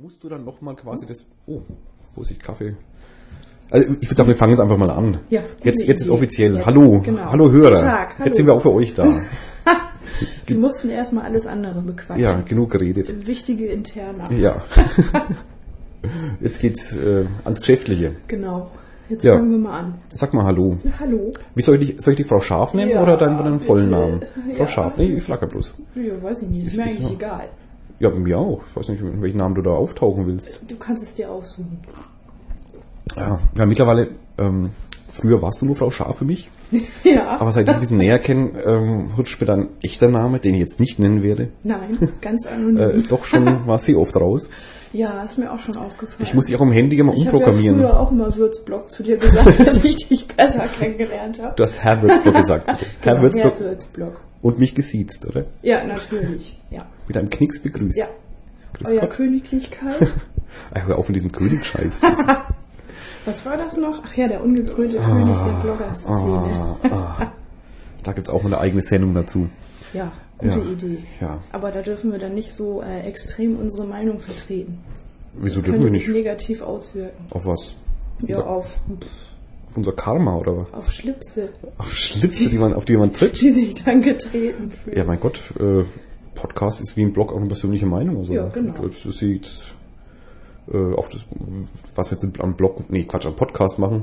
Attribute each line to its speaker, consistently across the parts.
Speaker 1: musst du dann nochmal quasi das. Oh, wo ist ich Kaffee? Also ich würde sagen, wir fangen jetzt einfach mal an.
Speaker 2: Ja, gute
Speaker 1: jetzt jetzt ist
Speaker 2: Idee.
Speaker 1: offiziell.
Speaker 2: Jetzt,
Speaker 1: hallo,
Speaker 2: genau.
Speaker 1: hallo Hörer.
Speaker 2: Guten Tag, hallo.
Speaker 1: Jetzt sind wir auch für euch da.
Speaker 2: Die mussten erstmal alles andere bequatschen.
Speaker 1: ja, genug geredet.
Speaker 2: Wichtige Interna.
Speaker 1: Ja. jetzt geht's äh, ans Geschäftliche.
Speaker 2: Genau. Jetzt
Speaker 1: Ja.
Speaker 2: fangen wir mal an.
Speaker 1: Sag mal Hallo.
Speaker 2: Hallo.
Speaker 1: Wie soll ich, die- soll ich die Frau Schaf nehmen
Speaker 2: Ja,
Speaker 1: oder deinen, deinen vollen
Speaker 2: bitte.
Speaker 1: Namen? Frau
Speaker 2: Ja.
Speaker 1: Schaf, nee, ich flacker bloß.
Speaker 2: Ja, weiß ich nicht. Ist,
Speaker 1: Ist-
Speaker 2: mir
Speaker 1: ist
Speaker 2: eigentlich
Speaker 1: so.
Speaker 2: egal.
Speaker 1: Ja, bei mir auch. Ich weiß nicht, in welchen Namen du da auftauchen willst.
Speaker 2: Du kannst es dir aussuchen.
Speaker 1: Ja, ja mittlerweile, ähm, früher warst du nur Frau Schaf für mich.
Speaker 2: Ja.
Speaker 1: Aber seit ich dich ein bisschen näher kenne, ähm, rutscht mir dann ein echter Name, den ich jetzt nicht nennen werde.
Speaker 2: Nein, ganz anonym.
Speaker 1: Äh, doch schon war sie oft raus.
Speaker 2: ja, ist mir auch schon aufgefallen.
Speaker 1: Ich muss dich auch im Handy mal
Speaker 2: Ich habe ja
Speaker 1: umprogrammieren.
Speaker 2: früher auch immer Würzblock zu dir gesagt, dass ich dich besser kennengelernt habe.
Speaker 1: du hast Herr Würzburg gesagt. Herr
Speaker 2: Genau,
Speaker 1: Würzburg
Speaker 2: Herr Würzblock.
Speaker 1: und mich gesiezt, oder?
Speaker 2: Ja, natürlich. Ja.
Speaker 1: Mit einem Knicks begrüßt.
Speaker 2: Ja.
Speaker 1: Grüß
Speaker 2: Euer
Speaker 1: Gott.
Speaker 2: Königlichkeit.
Speaker 1: Ah, hör auf mit diesem Königsscheiß. Das ist-
Speaker 2: Was war das noch? Ach ja, der ungekrönte König der Blogger-Szene.
Speaker 1: ah, ah. Da gibt's auch mal eine eigene Sendung dazu.
Speaker 2: Ja, gute
Speaker 1: Ja,
Speaker 2: Idee.
Speaker 1: ja.
Speaker 2: Aber da dürfen wir dann nicht so äh, extrem unsere Meinung vertreten.
Speaker 1: Wieso
Speaker 2: das
Speaker 1: dürfen
Speaker 2: könnte
Speaker 1: wir
Speaker 2: sich
Speaker 1: nicht?
Speaker 2: negativ auswirken.
Speaker 1: Auf was?
Speaker 2: Ja,
Speaker 1: Unser-
Speaker 2: auf, pff,
Speaker 1: auf unser Karma oder was?
Speaker 2: auf Schlipse,
Speaker 1: Auf Schlipse, die man, auf die man tritt?
Speaker 2: die sich dann getreten fühlen.
Speaker 1: Ja, mein Gott, äh, Podcast ist wie ein Blog auch eine persönliche Meinung. Also,
Speaker 2: Ja, genau.
Speaker 1: Das ist jetzt, äh, auch das, was wir jetzt am Blog, nee, Quatsch, am Podcast machen,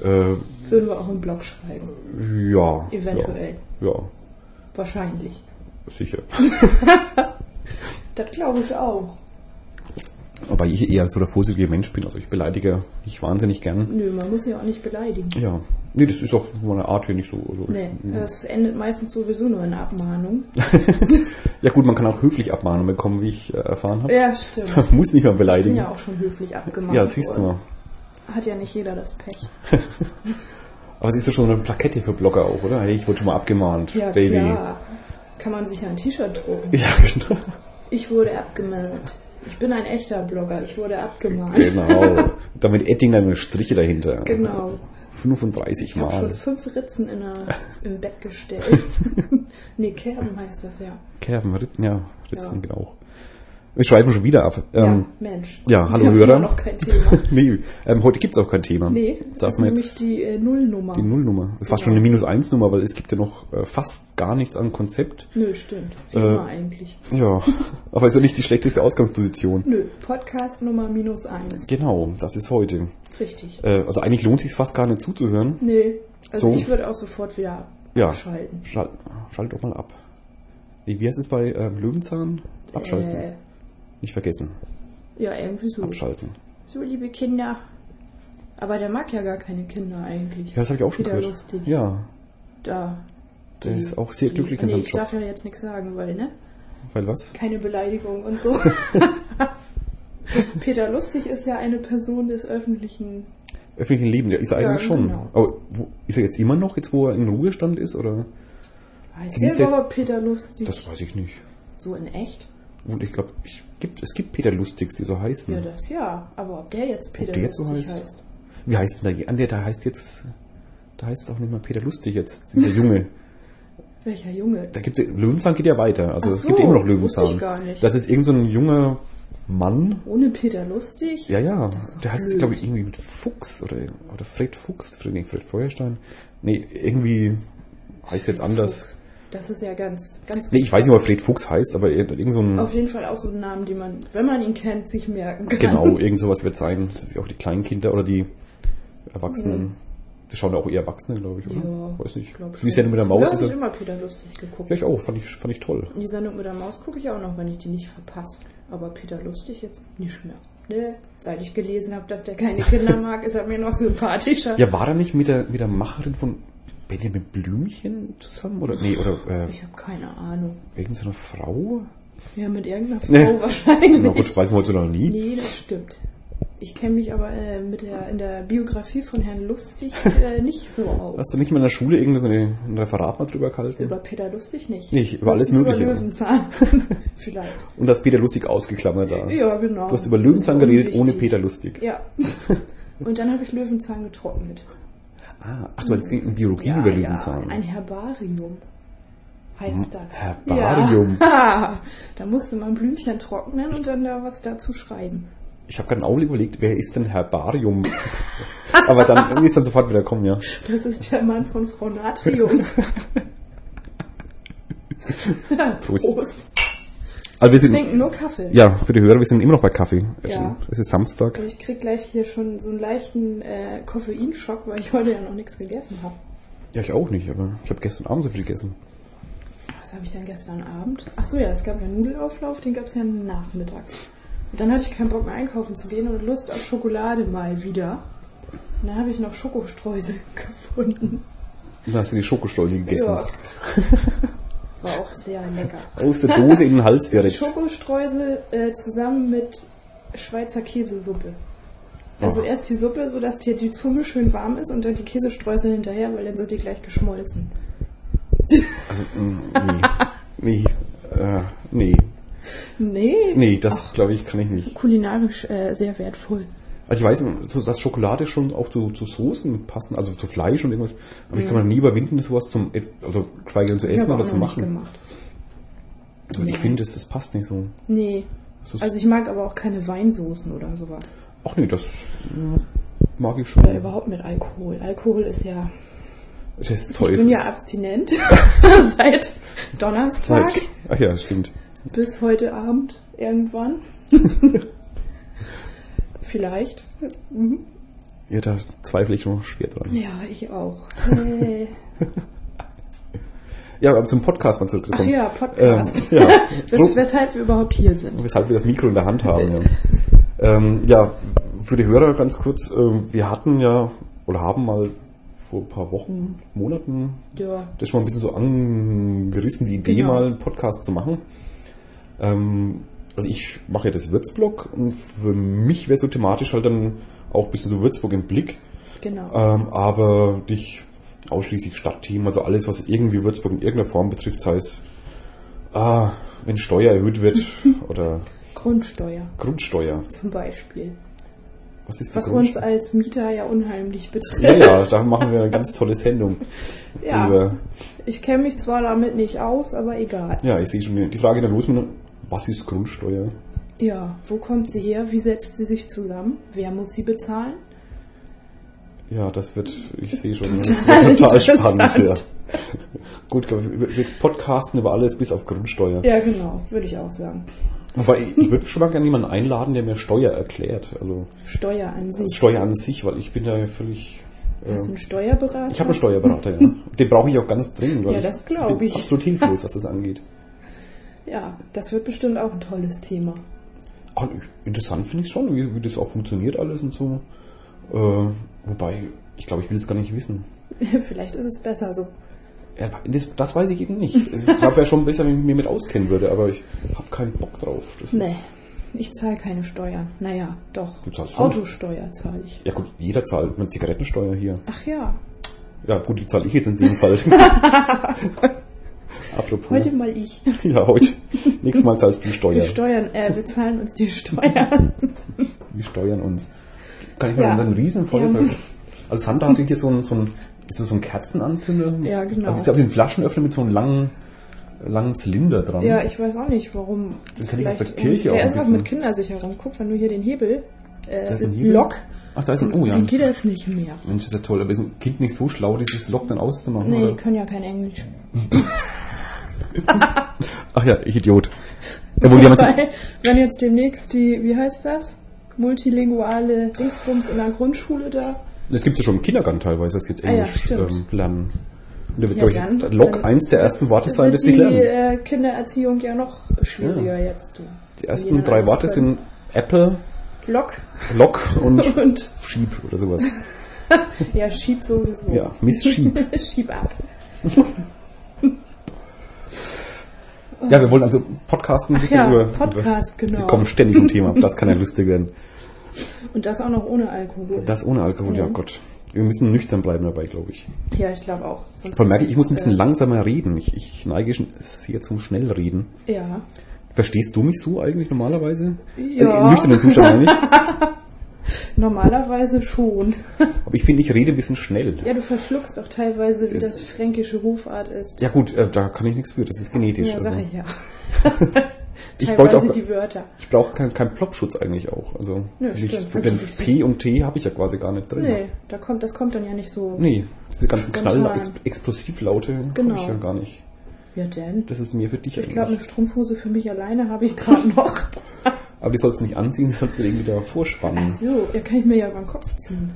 Speaker 1: äh,
Speaker 2: Würden wir auch im Blog schreiben.
Speaker 1: ja.
Speaker 2: Eventuell.
Speaker 1: Ja, ja
Speaker 2: Wahrscheinlich.
Speaker 1: sicher.
Speaker 2: Das glaube ich auch.
Speaker 1: Aber ich eher so der vorsichtige Mensch bin, also ich beleidige nicht wahnsinnig gern.
Speaker 2: Nö, man muss ja auch nicht beleidigen.
Speaker 1: Ja. Nee, das ist auch meine Art hier nicht so. Also,
Speaker 2: Nee, das endet meistens sowieso nur in Abmahnung.
Speaker 1: Ja gut, man kann auch höflich Abmahnungen bekommen, wie ich äh, erfahren habe.
Speaker 2: Ja, stimmt.
Speaker 1: Man muss nicht mal
Speaker 2: Ich bin
Speaker 1: beleidigen.
Speaker 2: ja auch schon höflich abgemahnt.
Speaker 1: ja siehst du mal.
Speaker 2: worden. Hat ja nicht jeder das Pech.
Speaker 1: Aber siehst du schon eine Plakette für Blogger auch, oder? Hey, ich wurde schon mal abgemahnt,
Speaker 2: Ja,
Speaker 1: Baby.
Speaker 2: klar. Kann man sich ja ein T-Shirt drucken.
Speaker 1: Ja, genau.
Speaker 2: Ich wurde abgemahnt. Ich bin ein echter Blogger. Ich wurde abgemahnt.
Speaker 1: Genau. Damit Ettinger eine Striche dahinter.
Speaker 2: Genau.
Speaker 1: 35
Speaker 2: Ich habe schon
Speaker 1: Mal.
Speaker 2: fünf Ritzen in der, im Bett gestellt. nee, Kerben heißt das ja.
Speaker 1: Kerben, Ritzen, ja, Ritzen,
Speaker 2: Ja.
Speaker 1: genau. Wir schweifen schon wieder ab. Ähm,
Speaker 2: ja, Mensch.
Speaker 1: ja, hallo
Speaker 2: Wir haben
Speaker 1: Hörer.
Speaker 2: immer noch kein Thema.
Speaker 1: nee, ähm, heute gibt's auch kein Thema.
Speaker 2: Nee,
Speaker 1: Darf
Speaker 2: das ist
Speaker 1: man
Speaker 2: nämlich
Speaker 1: jetzt
Speaker 2: die äh, Nullnummer.
Speaker 1: die Nullnummer. Es war schon eine Minus-Eins-Nummer, weil es gibt ja noch äh, fast gar nichts an Konzept.
Speaker 2: Nö, stimmt. Wie
Speaker 1: Äh,
Speaker 2: immer eigentlich.
Speaker 1: Ja, aber ist ja nicht die schlechteste Ausgangsposition.
Speaker 2: Nö, Podcast Nummer minus eins.
Speaker 1: Genau, das ist heute.
Speaker 2: Richtig.
Speaker 1: Äh, also eigentlich lohnt sich fast gar nicht zuzuhören.
Speaker 2: Nee, also
Speaker 1: so.
Speaker 2: ich würde auch sofort wieder
Speaker 1: Ja.
Speaker 2: abschalten.
Speaker 1: Schalt, schalt doch mal ab. Nee, wie heißt es bei ähm, Löwenzahn? Abschalten.
Speaker 2: Äh,
Speaker 1: Nicht vergessen.
Speaker 2: ja, irgendwie so.
Speaker 1: Abschalten.
Speaker 2: So, liebe Kinder. Aber der mag ja gar keine Kinder eigentlich.
Speaker 1: Ja, das habe ich auch schon
Speaker 2: Wieder
Speaker 1: gehört.
Speaker 2: lustig.
Speaker 1: Ja,
Speaker 2: Da.
Speaker 1: Der ist auch sehr glücklich in
Speaker 2: nee,
Speaker 1: seinem
Speaker 2: ich
Speaker 1: Job.
Speaker 2: darf ja jetzt nichts sagen, weil, ne?
Speaker 1: weil was?
Speaker 2: Keine Beleidigung und so. Peter Lustig ist ja eine Person des öffentlichen.
Speaker 1: Öffentlichen Leben, der ist er
Speaker 2: Ja,
Speaker 1: eigentlich schon.
Speaker 2: genau.
Speaker 1: Aber wo, ist er jetzt immer noch, jetzt wo er in Ruhestand ist? Oder?
Speaker 2: Heißt
Speaker 1: Genießt
Speaker 2: der
Speaker 1: jetzt-
Speaker 2: überhaupt Peter Lustig?
Speaker 1: Das weiß ich nicht.
Speaker 2: so in echt?
Speaker 1: Und ich glaube, ich, gibt, es gibt Peter Lustigs, die so heißen.
Speaker 2: Ja, das ja. Aber ob der jetzt Peter
Speaker 1: Hm. der jetzt so
Speaker 2: Lustig heißt?
Speaker 1: heißt? Wie heißt denn der? je- Ah, Der, der heißt jetzt. Da heißt auch nicht mal Peter Lustig jetzt, dieser Junge.
Speaker 2: Welcher Junge?
Speaker 1: Da gibt's, Löwenzahn geht ja weiter. Also
Speaker 2: Ach
Speaker 1: es
Speaker 2: so,
Speaker 1: gibt immer noch
Speaker 2: wusste
Speaker 1: Löwenzahn.
Speaker 2: ich gar nicht.
Speaker 1: Das ist irgend so ein junger Mann.
Speaker 2: Ohne Peter Lustig?
Speaker 1: Ja, ja.
Speaker 2: Das ist doch
Speaker 1: Der heißt,
Speaker 2: blöd.
Speaker 1: glaube ich, irgendwie mit Fuchs oder, oder Fred Fuchs, Fred, nee, Fred Feuerstein. Nee, irgendwie heißt jetzt anders.
Speaker 2: Fuchs. Das ist ja ganz, ganz.
Speaker 1: Nee, ich weiß nicht, ob er Fred Fuchs heißt, aber ir- irgend so ein.
Speaker 2: Auf jeden Fall auch so ein Namen, den man, wenn man ihn kennt, sich merken kann.
Speaker 1: Genau, irgend sowas wird sein. Das ist ja auch die Kleinkinder oder die Erwachsenen. Die schauen ja auch eher Erwachsene, glaube ich, oder?
Speaker 2: Ja,
Speaker 1: weiß nicht.
Speaker 2: glaub
Speaker 1: Wie ist denn mit der
Speaker 2: Früher
Speaker 1: Maus?
Speaker 2: hab
Speaker 1: Ist
Speaker 2: ich
Speaker 1: er,
Speaker 2: immer Peter Lustig geguckt.
Speaker 1: ja, ich auch. Fand ich, fand ich toll.
Speaker 2: Die Sendung mit der Maus gucke ich auch noch, wenn ich die nicht verpasse. Aber Peter Lustig jetzt nicht mehr. Ne? Seit ich gelesen habe, dass der keine Kinder mag, ist er mir noch sympathischer.
Speaker 1: Ja, war er nicht mit der, mit der Macherin von Benjamin Blümchen zusammen? Oder, nee, oder äh,
Speaker 2: Ich habe keine Ahnung.
Speaker 1: irgendeiner so einer Frau?
Speaker 2: Ja, mit irgendeiner Frau
Speaker 1: Nee.
Speaker 2: wahrscheinlich.
Speaker 1: Na gut, weiß man heute noch nie.
Speaker 2: Nee, das stimmt. Ich kenne mich aber äh, mit der, in der Biografie von Herrn Lustig äh, nicht so aus.
Speaker 1: Hast du nicht mal in der Schule irgendwie so eine- ein Referat mal drüber gehalten?
Speaker 2: Über Peter Lustig nicht.
Speaker 1: Nicht, über alles
Speaker 2: Höchstens
Speaker 1: Mögliche.
Speaker 2: Über Löwenzahn. Vielleicht.
Speaker 1: Und das Peter Lustig ausgeklammert da.
Speaker 2: Ja, genau.
Speaker 1: Du hast über Löwenzahn
Speaker 2: Ist
Speaker 1: geredet,
Speaker 2: unwichtig.
Speaker 1: ohne Peter Lustig.
Speaker 2: Ja. Und dann habe ich Löwenzahn getrocknet.
Speaker 1: Ah, ach, du hattest in Biologie über Löwenzahn.
Speaker 2: ein Herbarium. heißt das.
Speaker 1: Hm, Herbarium.
Speaker 2: Ja. da musste man Blümchen trocknen und dann da was dazu schreiben.
Speaker 1: Ich habe gerade einen Augenblick überlegt, wer ist denn Herbarium? Aber dann irgendwie ist dann sofort wieder kommen, ja.
Speaker 2: Das ist der Mann von Frau Natrium.
Speaker 1: Prost.
Speaker 2: Prost.
Speaker 1: Also wir
Speaker 2: Wir
Speaker 1: sind,
Speaker 2: trinken nur Kaffee.
Speaker 1: ja, für die Hörer, wir sind immer noch bei Kaffee. Also,
Speaker 2: Ja.
Speaker 1: Es ist Samstag.
Speaker 2: Ich krieg gleich hier schon so einen leichten äh, Koffeinschock, weil ich heute ja noch nichts gegessen habe.
Speaker 1: Ja, ich auch nicht, aber ich habe gestern Abend so viel gegessen.
Speaker 2: Was habe ich denn gestern Abend? Ach so, ja, es gab ja einen Nudelauflauf, den gab es ja am Nachmittag. Und dann hatte ich keinen Bock mehr einkaufen zu gehen und Lust auf Schokolade mal wieder. Und dann habe ich noch Schokostreusel gefunden.
Speaker 1: Dann hast du die Schokostollen gegessen.
Speaker 2: Ja. War auch sehr lecker.
Speaker 1: Aus der Dose in den Hals direkt.
Speaker 2: Schokostreusel äh, zusammen mit Schweizer Käsesuppe. Also
Speaker 1: Oh.
Speaker 2: erst die Suppe, sodass dir die Zunge schön warm ist und dann die Käsestreusel hinterher, weil dann sind die gleich geschmolzen.
Speaker 1: Also, mh, nee. nee. Äh, nee.
Speaker 2: Nee,
Speaker 1: Nee, das glaube ich kann ich nicht.
Speaker 2: kulinarisch äh, sehr wertvoll.
Speaker 1: Also ich weiß, so, dass Schokolade schon auch zu, zu Soßen passen, also zu Fleisch und irgendwas. Aber ich kann man nie überwinden, sowas zum, also geschweige denn zu
Speaker 2: Ich
Speaker 1: essen
Speaker 2: habe
Speaker 1: oder
Speaker 2: auch
Speaker 1: zu
Speaker 2: noch Mhm. nicht
Speaker 1: machen.
Speaker 2: gemacht.
Speaker 1: Und Ich finde, das, das passt nicht so.
Speaker 2: Nee.
Speaker 1: Das ist-
Speaker 2: Also ich mag aber auch keine Weinsoßen oder sowas.
Speaker 1: Ach nee, das mm, mag ich schon.
Speaker 2: Oder überhaupt mit Alkohol. Alkohol ist ja.
Speaker 1: Das ist
Speaker 2: Ich
Speaker 1: toll.
Speaker 2: bin ja abstinent seit Donnerstag
Speaker 1: Ach ja, stimmt.
Speaker 2: bis heute Abend irgendwann. Vielleicht.
Speaker 1: Ja, da zweifle ich noch schwer dran.
Speaker 2: Ja, ich auch. Äh,
Speaker 1: Ja, aber zum Podcast mal
Speaker 2: ach
Speaker 1: zurückgekommen.
Speaker 2: ja, Podcast.
Speaker 1: Ähm, ja.
Speaker 2: Wes
Speaker 1: So,
Speaker 2: weshalb wir überhaupt hier sind.
Speaker 1: weshalb wir das Mikro in der Hand haben. Ja, ähm, ja für die Hörer ganz kurz. ähm, Wir hatten ja oder haben mal vor ein paar Wochen, Monaten
Speaker 2: Ja.
Speaker 1: das schon mal ein bisschen so angerissen, die Idee
Speaker 2: Genau.
Speaker 1: mal einen Podcast zu machen. Ähm, also ich mache ja das Würzblog und für mich wäre so thematisch halt dann auch ein bisschen so Würzburg im Blick.
Speaker 2: Genau.
Speaker 1: Ähm, aber nicht ausschließlich Stadtthemen, also alles, was irgendwie Würzburg in irgendeiner Form betrifft, sei es, ah, wenn Steuer erhöht wird oder
Speaker 2: Grundsteuer
Speaker 1: Grundsteuer.
Speaker 2: zum Beispiel.
Speaker 1: Was ist die
Speaker 2: Was uns
Speaker 1: Grundsteuer?
Speaker 2: als Mieter ja unheimlich betrifft.
Speaker 1: ja, ja, da machen wir eine ganz tolle Sendung.
Speaker 2: Ja.
Speaker 1: drüber.
Speaker 2: Ich kenne mich zwar damit nicht aus, aber egal.
Speaker 1: ja ich sehe schon die die Frage dann los mit, was ist Grundsteuer?
Speaker 2: Ja, wo kommt sie her? Wie setzt sie sich zusammen? Wer muss sie bezahlen?
Speaker 1: Ja, das wird, ich sehe schon, das wird total spannend. Ja.
Speaker 2: interessant.
Speaker 1: Gut, glaub ich, wir wir podcasten über alles bis auf Grundsteuer.
Speaker 2: Ja, genau, würde ich auch sagen.
Speaker 1: Aber ich, ich würde schon mal gerne jemanden einladen, der mir Steuer erklärt. Also
Speaker 2: Steuer an sich.
Speaker 1: Steuer an sich, weil ich bin da ja völlig... Äh,
Speaker 2: Hast du einen Steuerberater?
Speaker 1: ich habe einen Steuerberater, ja. Den brauche ich auch ganz dringend, weil
Speaker 2: Ja, das glaub
Speaker 1: bin
Speaker 2: ich.
Speaker 1: absolut hilflos, was das angeht.
Speaker 2: Ja, das wird bestimmt auch ein tolles Thema.
Speaker 1: Ach, ich- interessant finde ich schon, wie, wie das auch funktioniert alles und so. Äh, wobei, ich glaube, ich will es gar nicht wissen.
Speaker 2: Vielleicht ist es besser so.
Speaker 1: Ja, das, das weiß ich eben nicht. Also Ich glaube, wäre schon besser, wenn ich mich mit auskennen würde, aber ich habe keinen Bock drauf. Das ist-
Speaker 2: Nee, ich zahle keine Steuern. Naja, doch.
Speaker 1: Du zahlst schon.
Speaker 2: Autosteuer zahle ich.
Speaker 1: Ja gut, jeder zahlt eine Zigarettensteuer hier.
Speaker 2: Ach ja,
Speaker 1: Ja gut, die zahle ich jetzt in dem Fall. Apropos.
Speaker 2: heute mal ich.
Speaker 1: ja, heute. Nächstes Mal zahlst du Steuer.
Speaker 2: Wir steuern, äh, wir zahlen uns die Steuern.
Speaker 1: Hm. Wir steuern uns. Kann ich mir
Speaker 2: Ja.
Speaker 1: dann einen riesen Feuerzeug...
Speaker 2: Ja.
Speaker 1: Also Sandra hatte hier so einen, so einen, ist das so ein Kerzenanzünder?
Speaker 2: Ja, genau.
Speaker 1: Aber ist auf den Flaschenöffner mit so einem langen, langen Zylinder dran.
Speaker 2: Ja, ich weiß auch nicht, warum.
Speaker 1: Den kenn ich aus der
Speaker 2: Vielleicht-
Speaker 1: Kirche auch
Speaker 2: Der
Speaker 1: ein
Speaker 2: ist auch
Speaker 1: bisschen.
Speaker 2: mit Kindersicherung. Guck, wenn du hier den Hebel, äh,
Speaker 1: Da ist ein Hebel.
Speaker 2: Lock,
Speaker 1: Ach, da ist ein... Oh ja.
Speaker 2: dann geht das nicht mehr.
Speaker 1: Mensch, ist ja toll. Aber ist ein Kind nicht so schlau, dieses Lock dann auszumachen?
Speaker 2: Nee, die
Speaker 1: oder?
Speaker 2: können ja kein Englisch.
Speaker 1: Ach ja, ich Idiot. Obwohl, die haben jetzt,
Speaker 2: Weil, wenn jetzt demnächst die, wie heißt das? Multilinguale Dingsbums in der Grundschule da.
Speaker 1: das gibt es ja schon im Kindergarten teilweise, dass sie jetzt
Speaker 2: Ah ja,
Speaker 1: Englisch
Speaker 2: stimmt.
Speaker 1: ähm, lernen. Und da wird,
Speaker 2: Ja,
Speaker 1: glaub ich, Lock
Speaker 2: dann-
Speaker 1: eins der ersten Worte sein,
Speaker 2: wird
Speaker 1: dass sie
Speaker 2: Die
Speaker 1: lernen.
Speaker 2: äh, Kindererziehung ja noch schwieriger jetzt. Du.
Speaker 1: Die ersten drei Worte sind Apple,
Speaker 2: Lock
Speaker 1: Lock und
Speaker 2: und
Speaker 1: Sheep oder sowas.
Speaker 2: ja, schieb sowieso.
Speaker 1: Ja, Miss Sheep.
Speaker 2: schieb ab.
Speaker 1: Ja, wir wollen also podcasten ein bisschen
Speaker 2: ja,
Speaker 1: über.
Speaker 2: Podcast,
Speaker 1: über,
Speaker 2: genau.
Speaker 1: Wir kommen ständig vom Thema ab, das kann ja lustig werden.
Speaker 2: Und das auch noch ohne Alkohol.
Speaker 1: Das ohne Alkohol, ja Gott. Wir müssen nüchtern bleiben dabei, glaube ich.
Speaker 2: ja, ich glaube auch. Sonst
Speaker 1: Vor allem merke ich, ich muss ein
Speaker 2: ist,
Speaker 1: bisschen
Speaker 2: äh,
Speaker 1: langsamer reden. Ich, ich neige schon sehr zum Schnellreden.
Speaker 2: äh, Ja.
Speaker 1: Verstehst du mich so eigentlich normalerweise?
Speaker 2: Ja.
Speaker 1: Also in nüchternen Zustand eigentlich?
Speaker 2: Normalerweise schon.
Speaker 1: Aber ich finde, ich rede ein bisschen schnell.
Speaker 2: Ja, du verschluckst auch teilweise, wie
Speaker 1: Das-
Speaker 2: das fränkische Hofart ist.
Speaker 1: Ja gut, äh, da kann ich nichts für, das ist genetisch.
Speaker 2: ja
Speaker 1: also.
Speaker 2: sag ich ja.
Speaker 1: Ich wollte
Speaker 2: teilweise
Speaker 1: auch,
Speaker 2: die Wörter.
Speaker 1: ich brauche keinen kein Plopschutz eigentlich auch. Also
Speaker 2: Nö,
Speaker 1: ich,
Speaker 2: stimmt.
Speaker 1: denn P und T habe ich ja quasi gar nicht drin.
Speaker 2: Nee, da kommt, das kommt dann ja nicht so.
Speaker 1: Genau. Nee, diese ganzen
Speaker 2: Spontan.
Speaker 1: Knall, Ex Explosivlaute
Speaker 2: Genau.
Speaker 1: habe ich ja gar nicht.
Speaker 2: Ja denn?
Speaker 1: Das ist mir für dich
Speaker 2: Ich glaube, eine
Speaker 1: eigentlich.
Speaker 2: Strumpfhose für mich alleine habe ich gerade noch.
Speaker 1: Aber die sollst du nicht anziehen, die sollst du irgendwie da vorspannen.
Speaker 2: Ach so, ja, kann ich mir ja über den Kopf ziehen.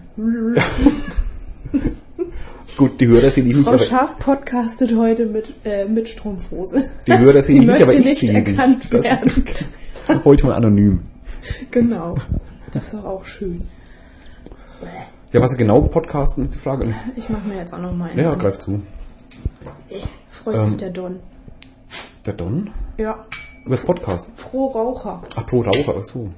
Speaker 1: Gut, die Hörer sehen dich nicht,
Speaker 2: Frau
Speaker 1: aber,
Speaker 2: Schaf podcastet heute mit, äh, mit Strumpfhose.
Speaker 1: die Hörer
Speaker 2: Sie
Speaker 1: sehen dich nicht, aber
Speaker 2: möchte
Speaker 1: ich
Speaker 2: nicht
Speaker 1: sehe dich.
Speaker 2: erkannt
Speaker 1: Das-
Speaker 2: werden.
Speaker 1: Heute mal anonym.
Speaker 2: Genau. Das ist doch auch schön.
Speaker 1: Ja, was sie genau podcasten, ist die Frage.
Speaker 2: Ich mache mir jetzt auch noch mal einen.
Speaker 1: Ja,
Speaker 2: an.
Speaker 1: greif zu.
Speaker 2: Freut
Speaker 1: Ähm.
Speaker 2: sich der Don.
Speaker 1: Der Don?
Speaker 2: Ja,
Speaker 1: Übers Podcast.
Speaker 2: froh Raucher.
Speaker 1: Ach, pro Raucher, ach so.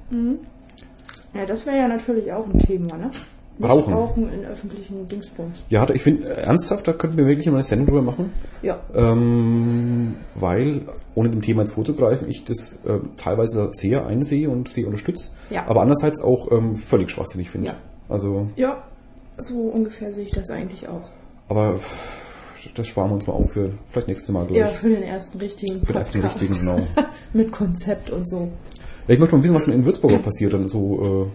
Speaker 2: Ja, das wäre ja natürlich auch ein Thema, ne? Nicht
Speaker 1: Rauchen.
Speaker 2: Rauchen in öffentlichen Dingsbums.
Speaker 1: Ja, da- ich finde, äh, ernsthaft, da könnten wir wirklich mal eine Sendung drüber machen.
Speaker 2: Ja.
Speaker 1: Ähm, weil, ohne dem Thema ins Foto greifen, ich das äh, teilweise sehr einsehe und sehr unterstütze.
Speaker 2: Ja.
Speaker 1: Aber andererseits auch ähm, völlig schwachsinnig finde.
Speaker 2: Ja.
Speaker 1: Also,
Speaker 2: Ja, so ungefähr sehe ich das eigentlich auch.
Speaker 1: aber das sparen wir uns mal auf für vielleicht nächstes Mal durch.
Speaker 2: Ja, für den ersten richtigen
Speaker 1: Für den ersten
Speaker 2: Podcast.
Speaker 1: richtigen, genau.
Speaker 2: Mit Konzept und so.
Speaker 1: Ja, ich möchte mal wissen, was denn in Würzburg passiert, dann so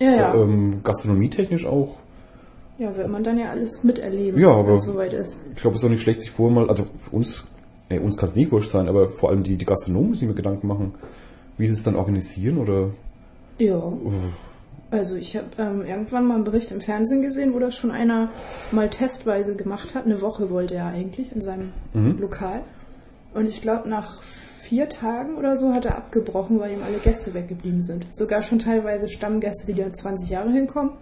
Speaker 2: Ja,
Speaker 1: äh,
Speaker 2: ja.
Speaker 1: ähm, gastronomietechnisch auch.
Speaker 2: ja, wird man dann ja alles miterleben,
Speaker 1: Ja, aber-
Speaker 2: wenn es soweit ist.
Speaker 1: Ich glaube, es ist auch nicht schlecht, sich vorher mal, also für uns, nee, uns kann es nicht wurscht sein, aber vor allem die, die Gastronomen müssen sich mir Gedanken machen, wie sie es dann organisieren oder
Speaker 2: Ja. Also ich habe ähm, irgendwann mal einen Bericht im Fernsehen gesehen, wo das schon einer mal testweise gemacht hat. Eine Woche wollte er eigentlich in seinem Lokal. Und ich glaube, nach vier Tagen oder so hat er abgebrochen, weil ihm alle Gäste weggeblieben sind. Sogar schon teilweise Stammgäste, die da 20 Jahre hinkommen,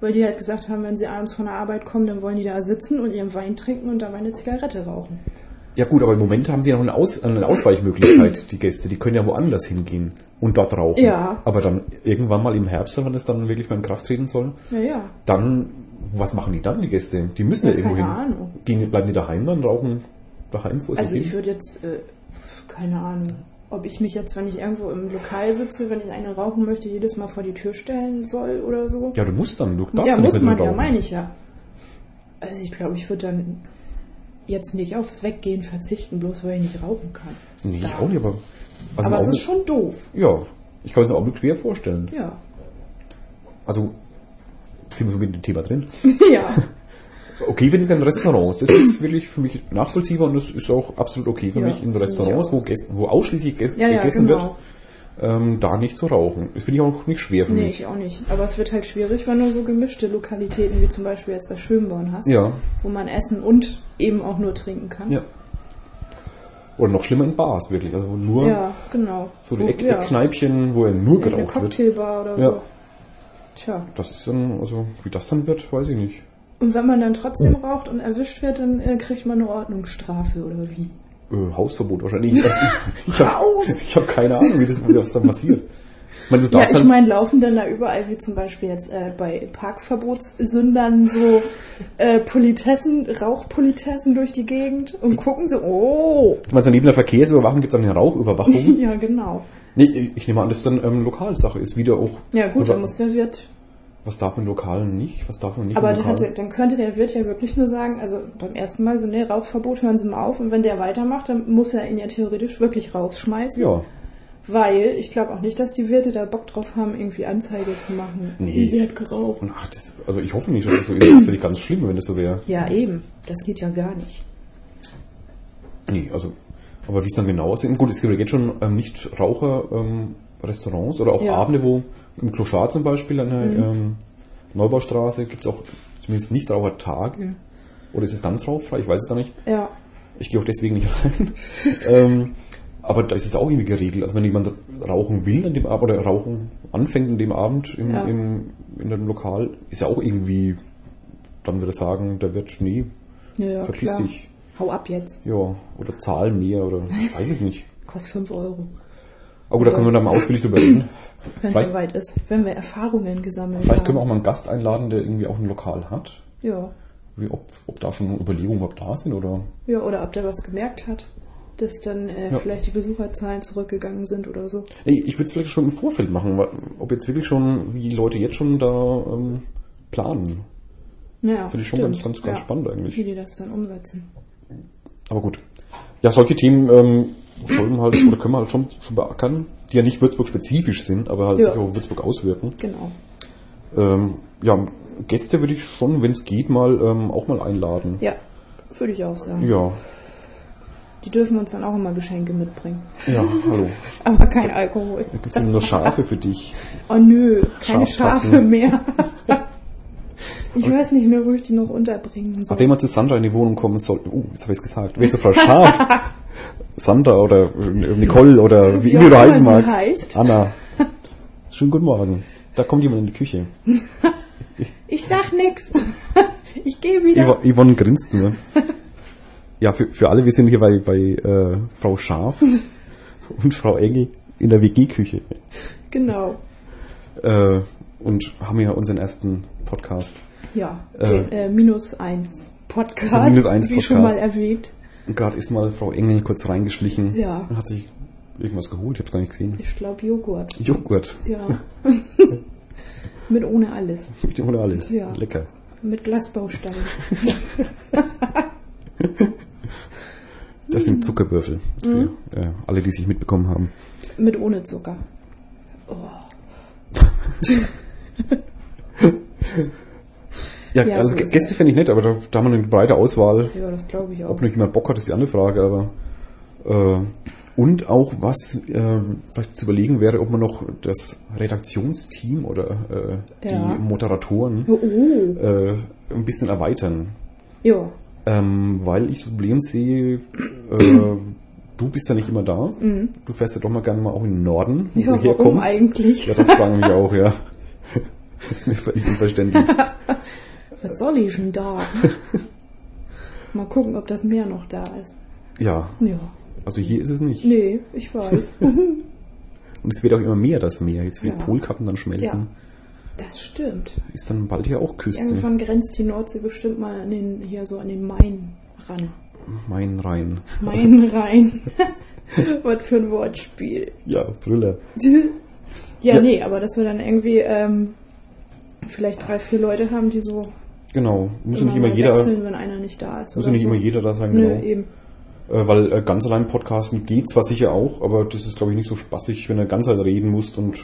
Speaker 2: weil die halt gesagt haben, wenn sie abends von der Arbeit kommen, dann wollen die da sitzen und ihren Wein trinken und dabei eine Zigarette rauchen.
Speaker 1: Ja gut, aber im Moment haben sie ja noch eine, Aus eine Ausweichmöglichkeit, die Gäste. Die können ja woanders hingehen und dort rauchen.
Speaker 2: Ja.
Speaker 1: Aber dann irgendwann mal im Herbst, wenn das dann wirklich mal in Kraft treten soll,
Speaker 2: Naja,
Speaker 1: dann, was machen die dann, die Gäste? Die müssen ja,
Speaker 2: Ja,
Speaker 1: irgendwo hin.
Speaker 2: keine Ahnung.
Speaker 1: Gehen, bleiben die daheim dann, rauchen daheim vor sich
Speaker 2: Also ich
Speaker 1: hin?
Speaker 2: würde jetzt, äh, keine Ahnung, ob ich mich jetzt, wenn ich irgendwo im Lokal sitze, wenn ich eine rauchen möchte, jedes Mal vor die Tür stellen soll oder so.
Speaker 1: Ja, du musst dann, du darfst
Speaker 2: ja
Speaker 1: dann
Speaker 2: muss man, ja,
Speaker 1: rauchen.
Speaker 2: meine ich ja. Also ich glaube, ich würde dann jetzt nicht aufs Weggehen verzichten, bloß weil ich nicht rauchen kann.
Speaker 1: Nee, ich
Speaker 2: Darf.
Speaker 1: auch nicht, aber... also im
Speaker 2: Aber es ist
Speaker 1: Augenblick-
Speaker 2: schon doof.
Speaker 1: Ja, ich kann es mir auch schwer vorstellen.
Speaker 2: Ja.
Speaker 1: Also, sind wir schon mit dem Thema drin.
Speaker 2: ja.
Speaker 1: Hm. Okay, wenn es in Restaurants, das ist wirklich für mich nachvollziehbar und das ist auch absolut okay für
Speaker 2: Ja,
Speaker 1: mich in
Speaker 2: finde ich
Speaker 1: Restaurants,
Speaker 2: auch.
Speaker 1: wo, Gästen, wo ausschließlich Gästen,
Speaker 2: Ja, ja,
Speaker 1: gegessen
Speaker 2: genau.
Speaker 1: wird, ähm, da nicht zu rauchen. Das finde ich auch nicht schwer für
Speaker 2: Nee,
Speaker 1: mich.
Speaker 2: ich auch nicht. Aber es wird halt schwierig, wenn du so gemischte Lokalitäten wie zum Beispiel jetzt das Schönborn hast,
Speaker 1: Ja.
Speaker 2: wo man essen und eben auch nur trinken kann.
Speaker 1: Ja. Oder noch schlimmer in Bars, wirklich. Also wo nur
Speaker 2: Ja, genau.
Speaker 1: so die
Speaker 2: Wo-
Speaker 1: Eck
Speaker 2: ja.
Speaker 1: Eckkneipchen, wo ja nur
Speaker 2: Eine
Speaker 1: geraucht wird.
Speaker 2: Cocktailbar oder
Speaker 1: Ja.
Speaker 2: so. Tja.
Speaker 1: Das ist dann, also wie das dann wird, weiß ich nicht.
Speaker 2: Und wenn man dann trotzdem
Speaker 1: Hm.
Speaker 2: raucht und erwischt wird, dann äh, kriegt man eine Ordnungsstrafe oder wie?
Speaker 1: Äh, Hausverbot wahrscheinlich. Ich, ich habe
Speaker 2: Raus!
Speaker 1: ich hab keine Ahnung, wie das, wie das dann passiert. Ich meine, du
Speaker 2: Ja,
Speaker 1: darfst
Speaker 2: ich
Speaker 1: dann,
Speaker 2: meine, laufen dann da überall, wie zum Beispiel jetzt äh, bei Parkverbotssündern, so äh, Politessen, Rauchpolitessen durch die Gegend und gucken so, oh.
Speaker 1: Du meinst, neben der Verkehrsüberwachung gibt es dann eine Rauchüberwachung?
Speaker 2: Ja, genau.
Speaker 1: nee, ich nehme an, das ist dann ähm, Lokalsache. Ist wieder auch.
Speaker 2: Ja gut,
Speaker 1: oder-
Speaker 2: dann muss der Wirt.
Speaker 1: Was darf man lokal nicht? Was darf man nicht?
Speaker 2: Aber
Speaker 1: im
Speaker 2: dann,
Speaker 1: Lokal?
Speaker 2: hatte, dann könnte der Wirt ja wirklich nur sagen, also beim ersten Mal so, nee, Rauchverbot, hören Sie mal auf. Und wenn der weitermacht, dann muss er ihn ja theoretisch wirklich rausschmeißen.
Speaker 1: ja.
Speaker 2: Weil ich glaube auch nicht, dass die Wirte da Bock drauf haben, irgendwie Anzeige zu machen.
Speaker 1: Nee.
Speaker 2: Die hat geraucht.
Speaker 1: Und ach, das, also ich hoffe nicht, dass das so ist. Das wäre ganz schlimm, wenn das so wäre.
Speaker 2: Ja, eben. Das geht ja gar nicht.
Speaker 1: Nee, also. Aber wie es dann genau aussieht. Gut, es gibt ja jetzt schon ähm, Nicht-Raucher-Restaurants oder auch
Speaker 2: Ja. Mhm.
Speaker 1: Abende, wo im Clochard zum Beispiel an der ähm, Neubaustraße gibt es auch zumindest Nichtraucher-Tage. Oder ist es ganz rauchfrei? Ich weiß es gar nicht.
Speaker 2: Ja.
Speaker 1: Ich gehe auch deswegen nicht rein. ähm, aber da ist es auch irgendwie geregelt. Also wenn jemand rauchen will an dem Abend oder rauchen anfängt an dem Abend im,
Speaker 2: Ja.
Speaker 1: im, in einem Lokal, ist ja auch irgendwie, dann würde ich sagen, der wird nie.
Speaker 2: Ja, ja
Speaker 1: Verpiss
Speaker 2: klar.
Speaker 1: dich.
Speaker 2: Hau ab jetzt.
Speaker 1: Ja, oder zahlen mehr oder ich weiß es nicht.
Speaker 2: Kostet 5 Euro.
Speaker 1: Aber gut, da können wir dann mal ausführlich drüber reden.
Speaker 2: Wenn es
Speaker 1: Vielleicht-
Speaker 2: soweit ist. Wenn wir Erfahrungen gesammelt
Speaker 1: Vielleicht
Speaker 2: haben.
Speaker 1: können wir auch mal einen Gast einladen, der irgendwie auch ein Lokal hat.
Speaker 2: Ja.
Speaker 1: Wie, ob, ob da schon Überlegungen überhaupt da sind oder
Speaker 2: Ja, oder ob der was gemerkt hat. dass dann äh,
Speaker 1: Ja.
Speaker 2: vielleicht die Besucherzahlen zurückgegangen sind oder so.
Speaker 1: Nee, ich würde es vielleicht schon im Vorfeld machen, weil, ob jetzt wirklich schon, wie die Leute jetzt schon da ähm, planen.
Speaker 2: Naja,
Speaker 1: Finde ich schon ganz- ganz- ganz spannend eigentlich.
Speaker 2: Wie die das dann umsetzen.
Speaker 1: Aber gut. Ja, solche Themen ähm, sollen halt, oder können wir halt schon, schon beackern, die ja nicht Würzburg-spezifisch sind, aber halt
Speaker 2: Ja.
Speaker 1: sich auf Würzburg auswirken.
Speaker 2: Genau.
Speaker 1: Ähm, ja, Gäste würde ich schon, wenn es geht, mal ähm, auch mal einladen.
Speaker 2: Ja, würde ich auch sagen.
Speaker 1: Ja,
Speaker 2: Die dürfen uns dann auch immer Geschenke mitbringen.
Speaker 1: ja, hallo.
Speaker 2: Aber kein Alkohol.
Speaker 1: Da gibt's eben nur Schafe für dich.
Speaker 2: Oh nö, keine
Speaker 1: Schaftassen.
Speaker 2: Schafe mehr. ich weiß nicht mehr, wo ich die noch unterbringen soll.
Speaker 1: Nachdem wir zu Sandra in die Wohnung kommen sollten, uh, jetzt habe ich's gesagt, wer zu Frau Schaf, Sandra oder äh, Nicole oder wie
Speaker 2: Wie
Speaker 1: immer
Speaker 2: auch
Speaker 1: du heißen
Speaker 2: immer sie
Speaker 1: magst,
Speaker 2: heißt.
Speaker 1: Anna. Schönen guten Morgen. Da kommt jemand in die Küche.
Speaker 2: Ich sag nix. ich gehe wieder.
Speaker 1: Ivo- Yvonne grinst nur. Ja, für, für alle, wir sind hier bei, bei äh, Frau Schaf und Frau Engel in der WG-Küche
Speaker 2: Genau.
Speaker 1: äh, und haben hier unseren ersten Podcast.
Speaker 2: Ja,
Speaker 1: Äh.
Speaker 2: den, äh, minus eins Podcast,
Speaker 1: Also minus eins
Speaker 2: wie schon mal
Speaker 1: Podcast.
Speaker 2: erwähnt.
Speaker 1: Und gerade ist mal Frau Engel kurz reingeschlichen
Speaker 2: Ja.
Speaker 1: und hat sich irgendwas geholt, ich habe gar nicht gesehen.
Speaker 2: Ich glaube Joghurt.
Speaker 1: Joghurt,
Speaker 2: Ja. Mit ohne alles.
Speaker 1: mit ohne alles.
Speaker 2: Ja.
Speaker 1: Lecker.
Speaker 2: Mit Glasbausteinen.
Speaker 1: Das
Speaker 2: Mhm.
Speaker 1: sind Zuckerwürfel für äh, alle, die sich mitbekommen haben.
Speaker 2: Mit ohne Zucker. Oh.
Speaker 1: Ja,
Speaker 2: Ja,
Speaker 1: also
Speaker 2: so
Speaker 1: Gä-
Speaker 2: ist
Speaker 1: Gäste
Speaker 2: es.
Speaker 1: finde ich nett, aber da, da haben wir eine breite Auswahl.
Speaker 2: Ja, das glaube ich auch.
Speaker 1: Ob noch jemand Bock hat, ist die andere Frage, aber äh, und auch was äh, vielleicht zu überlegen wäre, ob man noch das Redaktionsteam oder äh,
Speaker 2: Ja.
Speaker 1: die Moderatoren
Speaker 2: Oh.
Speaker 1: äh, ein bisschen erweitern.
Speaker 2: Ja.
Speaker 1: Ähm, weil ich das Problem sehe, äh, du bist ja nicht immer da. Du fährst ja doch mal gerne mal auch in den Norden, wo
Speaker 2: Mhm. Ja,
Speaker 1: du
Speaker 2: warum
Speaker 1: herkommst.
Speaker 2: eigentlich?
Speaker 1: Ja, das frage ich mich auch, ja. Das ist mir völlig unverständlich.
Speaker 2: Was soll ich denn da? ne? Mal gucken, ob das Meer noch da ist.
Speaker 1: Ja,
Speaker 2: Ja.
Speaker 1: also hier ist es nicht.
Speaker 2: Nee, ich weiß.
Speaker 1: Und es wird auch immer mehr, das Meer. Jetzt wird
Speaker 2: Ja.
Speaker 1: Polkappen dann
Speaker 2: ja.
Speaker 1: schmelzen.
Speaker 2: Das stimmt.
Speaker 1: Ist dann bald hier auch Küste.
Speaker 2: Irgendwann grenzt die Nordsee bestimmt mal an den, hier so an den Main ran.
Speaker 1: Mein Rhein.
Speaker 2: Main rein. Was für ein Wortspiel.
Speaker 1: Ja, Brille.
Speaker 2: ja,
Speaker 1: Ja.
Speaker 2: nee, aber dass wir dann irgendwie ähm, vielleicht drei, vier Leute haben, die so
Speaker 1: Genau. Muss ja nicht
Speaker 2: mal
Speaker 1: immer jeder, muss
Speaker 2: wechseln, wenn einer nicht da ist.
Speaker 1: ja
Speaker 2: oder
Speaker 1: nicht
Speaker 2: so.
Speaker 1: immer jeder da sein,
Speaker 2: Nö,
Speaker 1: genau.
Speaker 2: eben.
Speaker 1: Äh, weil äh, ganz allein podcasten geht zwar sicher auch, aber das ist, glaube ich, nicht so spaßig, wenn du ganz allein reden musst und äh,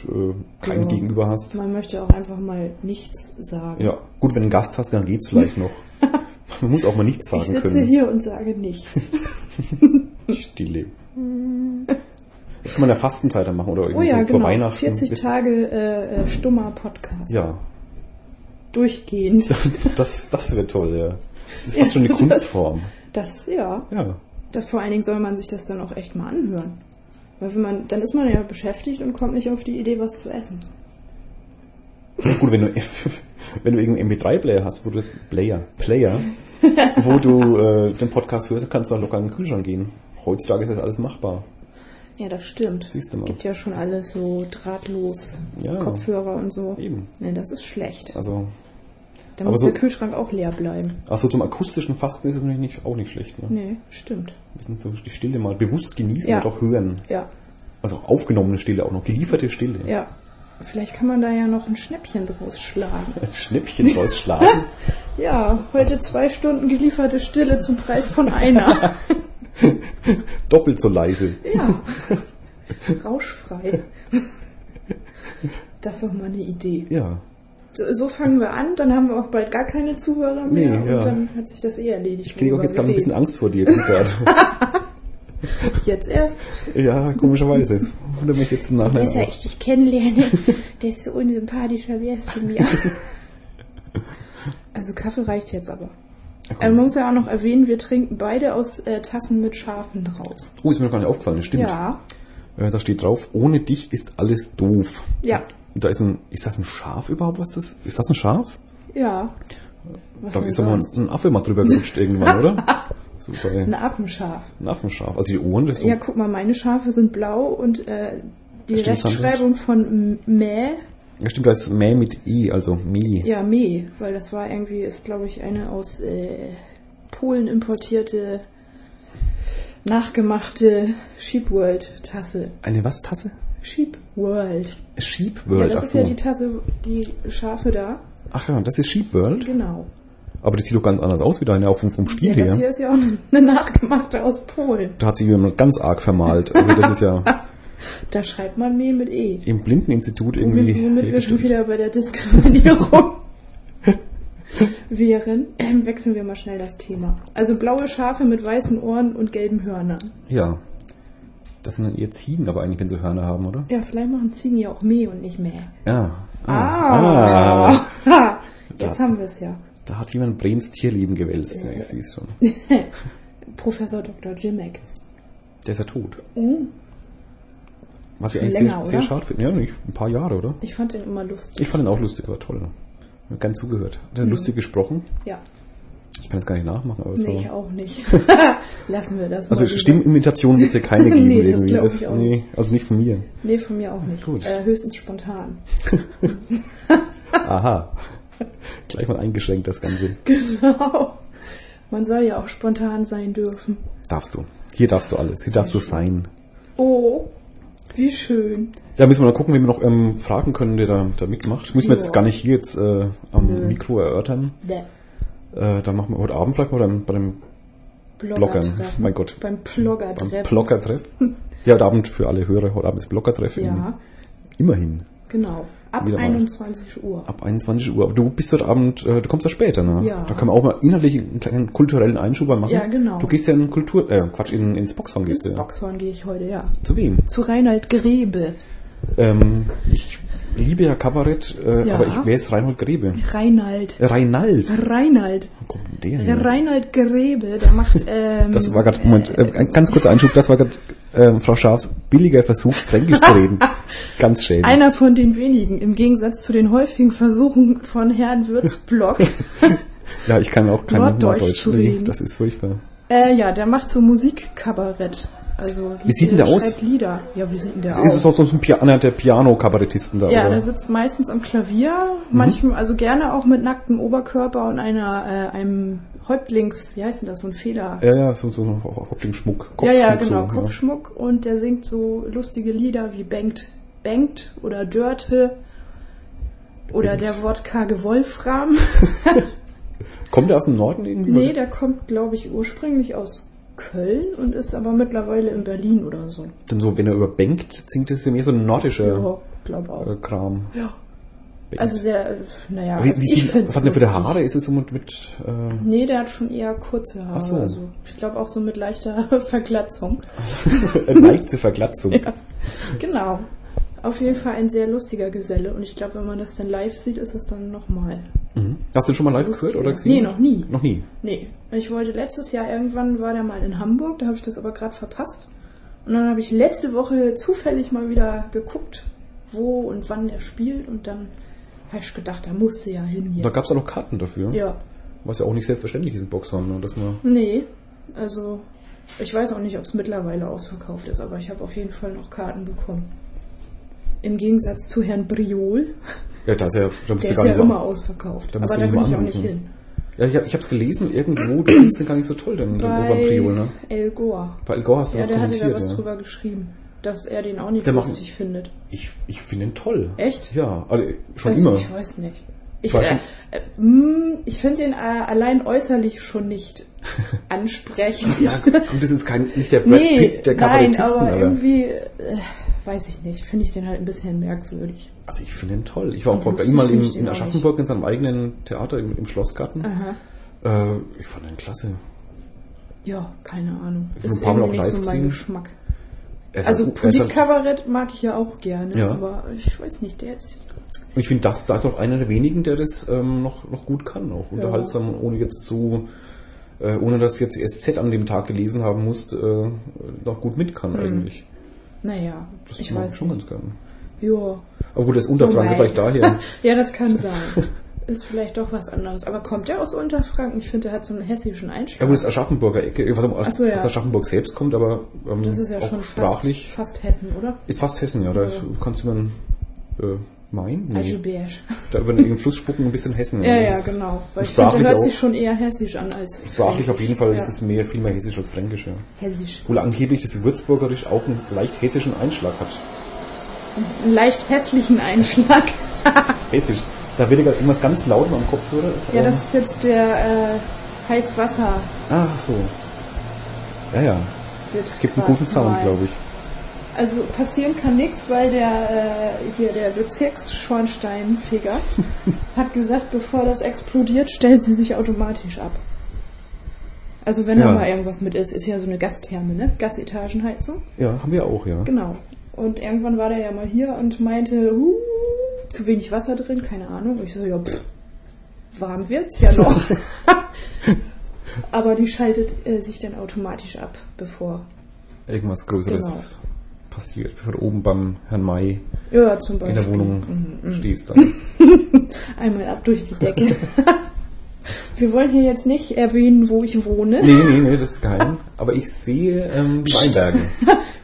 Speaker 1: kein
Speaker 2: Genau. Ja.
Speaker 1: Gegenüber hast.
Speaker 2: Man möchte auch einfach mal nichts sagen.
Speaker 1: Ja, gut, wenn du einen Gast hast, dann geht's vielleicht noch. Man muss auch mal nichts sagen
Speaker 2: ich sitze
Speaker 1: können.
Speaker 2: hier und sage nichts.
Speaker 1: Stille. Das kann man in der Fastenzeit dann machen oder
Speaker 2: Hm. oh
Speaker 1: irgendwie
Speaker 2: ja,
Speaker 1: so vor
Speaker 2: genau.
Speaker 1: Weihnachten.
Speaker 2: 40 Tage äh, äh, stummer Podcast.
Speaker 1: Ja,
Speaker 2: Durchgehend.
Speaker 1: das, das wäre toll, ja. Das ist fast schon eine
Speaker 2: Ja, das-
Speaker 1: Kunstform.
Speaker 2: Das, ja.
Speaker 1: Ja.
Speaker 2: Das, vor allen Dingen soll man sich das dann auch echt mal anhören. Weil wenn man, dann ist man ja beschäftigt und kommt nicht auf die Idee, was zu essen.
Speaker 1: Ja, gut, wenn du, wenn du irgendeinen MP3-Player hast, wo du das Player, Player, wo du äh, den Podcast hörst, kannst du auch locker in den Kühlschrank gehen. Heutzutage ist das alles machbar.
Speaker 2: Ja, das stimmt.
Speaker 1: Siehst du mal.
Speaker 2: Gibt ja schon alles so drahtlos,
Speaker 1: Ja.
Speaker 2: Kopfhörer und so.
Speaker 1: Eben.
Speaker 2: Nee, das ist schlecht.
Speaker 1: Also,
Speaker 2: Dann
Speaker 1: aber
Speaker 2: muss
Speaker 1: so-
Speaker 2: der Kühlschrank auch leer bleiben.
Speaker 1: also zum akustischen Fasten ist es nämlich nicht, auch nicht schlecht. Ne?
Speaker 2: Nee, stimmt.
Speaker 1: Wir sind so die Stille mal bewusst genießen
Speaker 2: Ja.
Speaker 1: und auch hören.
Speaker 2: Ja,
Speaker 1: Also auch aufgenommene Stille auch noch, gelieferte Stille.
Speaker 2: ja. Vielleicht kann man da ja noch ein Schnäppchen draus schlagen.
Speaker 1: Ein Schnäppchen rausschlagen.
Speaker 2: Ja, heute zwei Stunden gelieferte Stille zum Preis von einer.
Speaker 1: Doppelt so leise.
Speaker 2: Ja. Rauschfrei. Das ist doch mal eine Idee.
Speaker 1: Ja.
Speaker 2: So so fangen wir an, dann haben wir auch bald gar keine Zuhörer mehr
Speaker 1: Nee, ja.
Speaker 2: und dann hat sich das eh erledigt.
Speaker 1: Ich kriege auch
Speaker 2: worüber
Speaker 1: jetzt
Speaker 2: wir
Speaker 1: gerade ein bisschen
Speaker 2: reden.
Speaker 1: Angst vor dir. Hildegard.
Speaker 2: Jetzt erst.
Speaker 1: ja, komischerweise. Wundert mich jetzt im Nachhinein.
Speaker 2: Besser
Speaker 1: auch.
Speaker 2: ich dich kennenlerne, desto unsympathischer wärst du mir. Also Kaffee reicht jetzt
Speaker 1: Ja,
Speaker 2: aber.
Speaker 1: komm.
Speaker 2: Also man muss ja auch noch erwähnen, wir trinken beide aus äh, Tassen mit Schafen drauf.
Speaker 1: Oh, ist mir noch gar nicht aufgefallen, das stimmt.
Speaker 2: Ja,
Speaker 1: Äh, Da steht drauf, ohne dich ist alles doof.
Speaker 2: Ja.
Speaker 1: Und da ist ein, ist das ein Schaf überhaupt, was das, ist das ein Schaf?
Speaker 2: ja. Was
Speaker 1: Da
Speaker 2: denn
Speaker 1: ist aber ein,
Speaker 2: sonst?
Speaker 1: ein Affe mal drüber gerutscht irgendwann, oder? So bei,
Speaker 2: Ein Affenschaf.
Speaker 1: ein Affenschaf, also die Ohren, das ist so,
Speaker 2: Ja, guck mal, meine Schafe sind blau und äh, die
Speaker 1: Stimmt, haben sie
Speaker 2: Rechtschreibung von M- Mäh
Speaker 1: ja stimmt, da ist Mäh mit I, also Mäh.
Speaker 2: Ja, Mee, weil das war irgendwie, ist glaube ich eine aus äh, Polen importierte nachgemachte Sheep World Tasse.
Speaker 1: Eine was Tasse?
Speaker 2: Sheep World.
Speaker 1: Sheep
Speaker 2: Ja,
Speaker 1: World.
Speaker 2: das
Speaker 1: ach
Speaker 2: ist
Speaker 1: so.
Speaker 2: ja die Tasse, die Schafe da.
Speaker 1: Ach ja, das ist Sheep World.
Speaker 2: Genau.
Speaker 1: Aber das sieht doch ganz anders aus wie deine, auch vom, vom
Speaker 2: Ja,
Speaker 1: Stil
Speaker 2: das hier
Speaker 1: her.
Speaker 2: ist ja auch eine nachgemachte aus Polen.
Speaker 1: Da hat sich jemand ganz arg vermalt. Also das ist ja
Speaker 2: Da schreibt man Mehl mit E.
Speaker 1: im Blindeninstitut
Speaker 2: Womit,
Speaker 1: irgendwie.
Speaker 2: womit wir schon wieder bei der Diskriminierung wären, ähm, wechseln wir mal schnell das Thema. Also blaue Schafe mit weißen Ohren und gelben Hörnern.
Speaker 1: Ja. Das sind dann eher Ziegen, aber eigentlich, wenn sie Hörner haben, oder?
Speaker 2: Ja, vielleicht machen Ziegen ja auch Meh und nicht Mäh.
Speaker 1: Ja. Ah.
Speaker 2: Ah! Ha, Jetzt
Speaker 1: Da-
Speaker 2: haben wir es ja.
Speaker 1: Da hat jemand Brems Tierleben gewälzt. Ja, ich sehe es schon.
Speaker 2: Professor Dr. Jimek.
Speaker 1: Der ist ja tot.
Speaker 2: Oh,
Speaker 1: Was ich
Speaker 2: Schon
Speaker 1: eigentlich
Speaker 2: länger,
Speaker 1: sehr, sehr
Speaker 2: oder?
Speaker 1: schade finde. Ja, nicht, ein paar Jahre, oder?
Speaker 2: Ich fand den immer lustig.
Speaker 1: Ich fand ihn auch lustig, war toll. Hat ganz zugehört. Hat er lustig gesprochen.
Speaker 2: Ja.
Speaker 1: Ich kann es gar nicht nachmachen, aber es
Speaker 2: Mhm. Nee, ich
Speaker 1: war.
Speaker 2: auch nicht. Lassen wir das
Speaker 1: Also
Speaker 2: lieber.
Speaker 1: Stimmenimitationen wird es ja keine
Speaker 2: Nee,
Speaker 1: geben
Speaker 2: das
Speaker 1: irgendwie.
Speaker 2: glaub ich auch
Speaker 1: nee, also nicht von mir.
Speaker 2: Nee, von mir auch nicht.
Speaker 1: Gut.
Speaker 2: Äh, höchstens spontan.
Speaker 1: Aha. Gleich mal eingeschränkt das Ganze.
Speaker 2: Genau. Man soll ja auch spontan sein dürfen.
Speaker 1: Darfst du. Hier darfst du alles. Hier darfst du sein.
Speaker 2: Oh, wie schön.
Speaker 1: Ja, müssen wir mal gucken, wen wir noch ähm, fragen können, der da, da mitmacht. Müssen wir jetzt
Speaker 2: Ja.
Speaker 1: gar nicht hier jetzt äh, am
Speaker 2: Nö.
Speaker 1: Mikro erörtern.
Speaker 2: Der
Speaker 1: Äh, dann machen wir heute Abend vielleicht mal bei dem, bei dem Blockern.
Speaker 2: Bloggertreffen.
Speaker 1: Mein Gott.
Speaker 2: Beim Bloggertreffen.
Speaker 1: Beim Blockertreff. ja, heute Abend für alle Hörer. Heute Abend ist Blockertreff.
Speaker 2: Ja,
Speaker 1: Immerhin.
Speaker 2: genau. Ab
Speaker 1: Wieder mal.
Speaker 2: 21 Uhr.
Speaker 1: Ab 21 Uhr. Aber du bist heute Abend, äh, du kommst ja später, ne?
Speaker 2: Ja.
Speaker 1: Da kann man auch mal inhaltlich einen kleinen kulturellen Einschub mal machen.
Speaker 2: Ja, genau.
Speaker 1: Du gehst ja in Kultur, äh, Quatsch, in, ins Boxhorn gehst
Speaker 2: Ins
Speaker 1: du. ja.
Speaker 2: Boxhorn gehe ich heute, ja.
Speaker 1: Zu wem?
Speaker 2: Zu Reinhold Grebe.
Speaker 1: Ähm, ich liebe ja Kabarett, äh,
Speaker 2: Ja.
Speaker 1: aber ich, wer ist Reinhold Grebe?
Speaker 2: Reinhold.
Speaker 1: Reinald.
Speaker 2: Reinhold.
Speaker 1: Wo kommt denn der
Speaker 2: Der
Speaker 1: her?
Speaker 2: Reinhold Grebe, der macht... Ähm,
Speaker 1: Das war gerade, Moment, äh, ein ganz kurzer Einschub, das war gerade ähm, Frau Schafs billiger Versuch, Fränkisch zu reden. Ganz schön.
Speaker 2: Einer von den wenigen, im Gegensatz zu den häufigen Versuchen von Herrn Würzblock.
Speaker 1: Ja, ich kann auch kein
Speaker 2: Norddeutsch zu reden.
Speaker 1: Das ist furchtbar.
Speaker 2: äh, ja, der macht so Musikkabarett. Also,
Speaker 1: Wie sieht denn der
Speaker 2: schreibt
Speaker 1: aus?
Speaker 2: Lieder. Ja, wie sieht denn der
Speaker 1: Ist es
Speaker 2: aus?
Speaker 1: auch so ein Pia einer der Piano-Kabarettisten da?
Speaker 2: Ja,
Speaker 1: Also oder? Mhm.
Speaker 2: der sitzt meistens am Klavier, manchmal, also gerne auch mit nacktem Oberkörper und einer, äh, einem Häuptlings, wie heißt denn das, so ein Feder.
Speaker 1: ja, ja, so, so ein Ho- Ho- Schmuck.
Speaker 2: ja,
Speaker 1: Kopfschmuck.
Speaker 2: ja, genau,
Speaker 1: so,
Speaker 2: Kopfschmuck und der singt so lustige Lieder wie Bengt, Bengt oder Dörte oder
Speaker 1: Bengt.
Speaker 2: der wortkarge Wolfram.
Speaker 1: Ja. Kommt der aus dem Norden irgendwie?
Speaker 2: nee,
Speaker 1: Oder?
Speaker 2: der kommt, glaube ich, ursprünglich aus Köln und ist aber mittlerweile in Berlin oder so.
Speaker 1: Denn so, wenn er überbenkt, singt das ja mehr so ein nordischer
Speaker 2: Ja, glaube auch.
Speaker 1: äh, Kram.
Speaker 2: Ja.
Speaker 1: Bengt.
Speaker 2: Also sehr, äh, naja,
Speaker 1: wie,
Speaker 2: also
Speaker 1: wie
Speaker 2: ich
Speaker 1: sieht,
Speaker 2: find's
Speaker 1: was hat der für die
Speaker 2: lustig.
Speaker 1: Haare? Ist es so mit, mit äh,
Speaker 2: Nee, der hat schon eher kurze Haare.
Speaker 1: Ach so.
Speaker 2: Also ich glaube auch so mit leichter Verglatzung.
Speaker 1: leicht äh, zur Verglatzung?
Speaker 2: Genau. Auf jeden Fall ein sehr lustiger Geselle. Und ich glaube, wenn man das dann live sieht, ist es dann nochmal.
Speaker 1: Mhm. Hast du den schon mal live
Speaker 2: Lustiger.
Speaker 1: gehört oder gesehen?
Speaker 2: Nee, noch nie.
Speaker 1: Noch nie.
Speaker 2: Nee. Ich wollte letztes Jahr irgendwann war der mal in Hamburg, da habe ich das aber gerade verpasst. Und dann habe ich letzte Woche zufällig mal wieder geguckt, wo und wann er spielt. Und dann habe ich gedacht, da muss sie ja hin
Speaker 1: Da
Speaker 2: hier.
Speaker 1: gab es auch noch Karten dafür.
Speaker 2: Ja.
Speaker 1: Was ja auch nicht selbstverständlich ist in Boxhorn, ne, dass man.
Speaker 2: Nee. Also ich weiß auch nicht, ob es mittlerweile ausverkauft ist, aber ich habe auf jeden Fall noch Karten bekommen. Im Gegensatz zu Herrn Briol.
Speaker 1: Ja, da ist ja, da musst
Speaker 2: Der
Speaker 1: du
Speaker 2: ist
Speaker 1: gar
Speaker 2: ja
Speaker 1: nicht
Speaker 2: immer
Speaker 1: mal-
Speaker 2: ausverkauft.
Speaker 1: Da musst
Speaker 2: aber
Speaker 1: du
Speaker 2: da
Speaker 1: nicht
Speaker 2: will
Speaker 1: mal
Speaker 2: ich auch nicht
Speaker 1: anrufen.
Speaker 2: hin.
Speaker 1: Ja, ich, hab, ich hab's gelesen, irgendwo, du findest den gar nicht so toll, den, den Urban Priol, ne?
Speaker 2: El Gore.
Speaker 1: Bei Elgor hast du
Speaker 2: Ja,
Speaker 1: was
Speaker 2: der hatte da
Speaker 1: kommentiert,
Speaker 2: was
Speaker 1: ja.
Speaker 2: drüber geschrieben, dass er den auch nicht
Speaker 1: Der macht-
Speaker 2: lustig findet.
Speaker 1: Ich, ich finde ihn toll.
Speaker 2: Echt?
Speaker 1: Ja, also schon
Speaker 2: also,
Speaker 1: immer.
Speaker 2: Ich weiß nicht. Ich,
Speaker 1: Weiß
Speaker 2: äh,
Speaker 1: nicht.
Speaker 2: äh, mm, ich finde den äh, allein äußerlich schon nicht ansprechend.
Speaker 1: Ja, gut, das ist kein, nicht der Brad
Speaker 2: nee,
Speaker 1: Pitt der
Speaker 2: nein,
Speaker 1: Kabarettisten,
Speaker 2: aber,
Speaker 1: aber,
Speaker 2: irgendwie, äh, weiß ich nicht, finde ich den halt ein bisschen merkwürdig.
Speaker 1: also ich finde ihn toll. Ich war auch
Speaker 2: Ja,
Speaker 1: bei ihm mal
Speaker 2: lustig
Speaker 1: in,
Speaker 2: find ich ihn
Speaker 1: in
Speaker 2: auch
Speaker 1: Aschaffenburg in seinem eigenen Theater im, im Schlossgarten.
Speaker 2: Aha.
Speaker 1: Äh, ich fand ihn klasse.
Speaker 2: Ja, keine Ahnung.
Speaker 1: Ich
Speaker 2: Ist
Speaker 1: hab ihn auch
Speaker 2: irgendwie nicht so
Speaker 1: live
Speaker 2: mein
Speaker 1: gesehen.
Speaker 2: Geschmack.
Speaker 1: Er ist
Speaker 2: Also
Speaker 1: halt- er ist halt-
Speaker 2: Politkabarett mag ich ja auch gerne,
Speaker 1: Ja.
Speaker 2: aber ich weiß nicht, der ist
Speaker 1: Und ich finde, das, da ist auch einer der wenigen, der das ähm, noch, noch gut kann, auch unterhaltsam, und ohne jetzt zu, äh, ohne dass jetzt die SZ an dem Tag gelesen haben musst, äh, noch gut mit kann eigentlich.
Speaker 2: Naja,
Speaker 1: Das
Speaker 2: Hm. ich
Speaker 1: mag
Speaker 2: weiß
Speaker 1: schon
Speaker 2: schon.
Speaker 1: ganz gern.
Speaker 2: Ja.
Speaker 1: Aber gut, das Unterfranke
Speaker 2: Wobei-
Speaker 1: vielleicht daher.
Speaker 2: ja, das kann sein. Ist vielleicht doch was anderes. Aber kommt der aus Unterfranken? Ich finde, der hat so einen hessischen
Speaker 1: Ja
Speaker 2: Einschlag.
Speaker 1: gut, das Aschaffenburger Ecke, ich weiß nicht, ob
Speaker 2: Ach
Speaker 1: aus,
Speaker 2: so, ja.
Speaker 1: aus Aschaffenburg selbst kommt, aber ähm,
Speaker 2: das ist ja
Speaker 1: auch
Speaker 2: schon fast,
Speaker 1: sprachlich
Speaker 2: fast Hessen, oder?
Speaker 1: ist fast Hessen, ja. Da
Speaker 2: Ja.
Speaker 1: Ist, kannst du dann äh, Main? Nee.
Speaker 2: Also beige.
Speaker 1: Da über den Fluss spucken, ein bisschen Hessen.
Speaker 2: Ja, ja,
Speaker 1: Das ist
Speaker 2: genau. Weil ich finde,
Speaker 1: Sprachlich,
Speaker 2: der hört
Speaker 1: auch,
Speaker 2: sich schon eher hessisch an als.
Speaker 1: sprachlich auf jeden Fall
Speaker 2: Ja.
Speaker 1: ist es mehr, viel mehr hessisch als fränkisch, ja.
Speaker 2: hessisch.
Speaker 1: Obwohl angeblich das Würzburgerisch auch einen leicht hessischen Einschlag hat.
Speaker 2: Einen leicht hässlichen Einschlag.
Speaker 1: Hessisch. Da wird ja gerade irgendwas ganz laut am Kopfhörer.
Speaker 2: Ja, das ist jetzt der äh, Heißwasser.
Speaker 1: Ah, Ach so. Ja, ja.
Speaker 2: Wird
Speaker 1: Es gibt einen guten Sound, glaube ich.
Speaker 2: ich. Also passieren kann nichts, weil der äh, hier der Bezirksschornsteinfeger hat gesagt, bevor das explodiert, stellt sie sich automatisch ab. Also wenn
Speaker 1: Ja.
Speaker 2: da mal irgendwas mit ist, ist ja so eine Gastherme, ne? Gasetagenheizung.
Speaker 1: Ja, haben wir auch, ja.
Speaker 2: Genau. Und irgendwann war der ja mal hier und meinte, huh, zu wenig Wasser drin, keine Ahnung. Und ich so, ja, pff, warm wird's ja noch. Aber die schaltet äh, sich dann automatisch ab, bevor.
Speaker 1: Irgendwas
Speaker 2: Genau.
Speaker 1: Größeres passiert. Schon oben beim Herrn May
Speaker 2: Ja, zum
Speaker 1: in
Speaker 2: Beispiel.
Speaker 1: der
Speaker 2: Mhm,
Speaker 1: Wohnung stehst dann.
Speaker 2: Einmal ab durch die Decke. Wir wollen hier jetzt nicht erwähnen, wo ich wohne.
Speaker 1: Nee, nee, nee, das ist geheim. Aber ich sehe ähm, die Weinberge.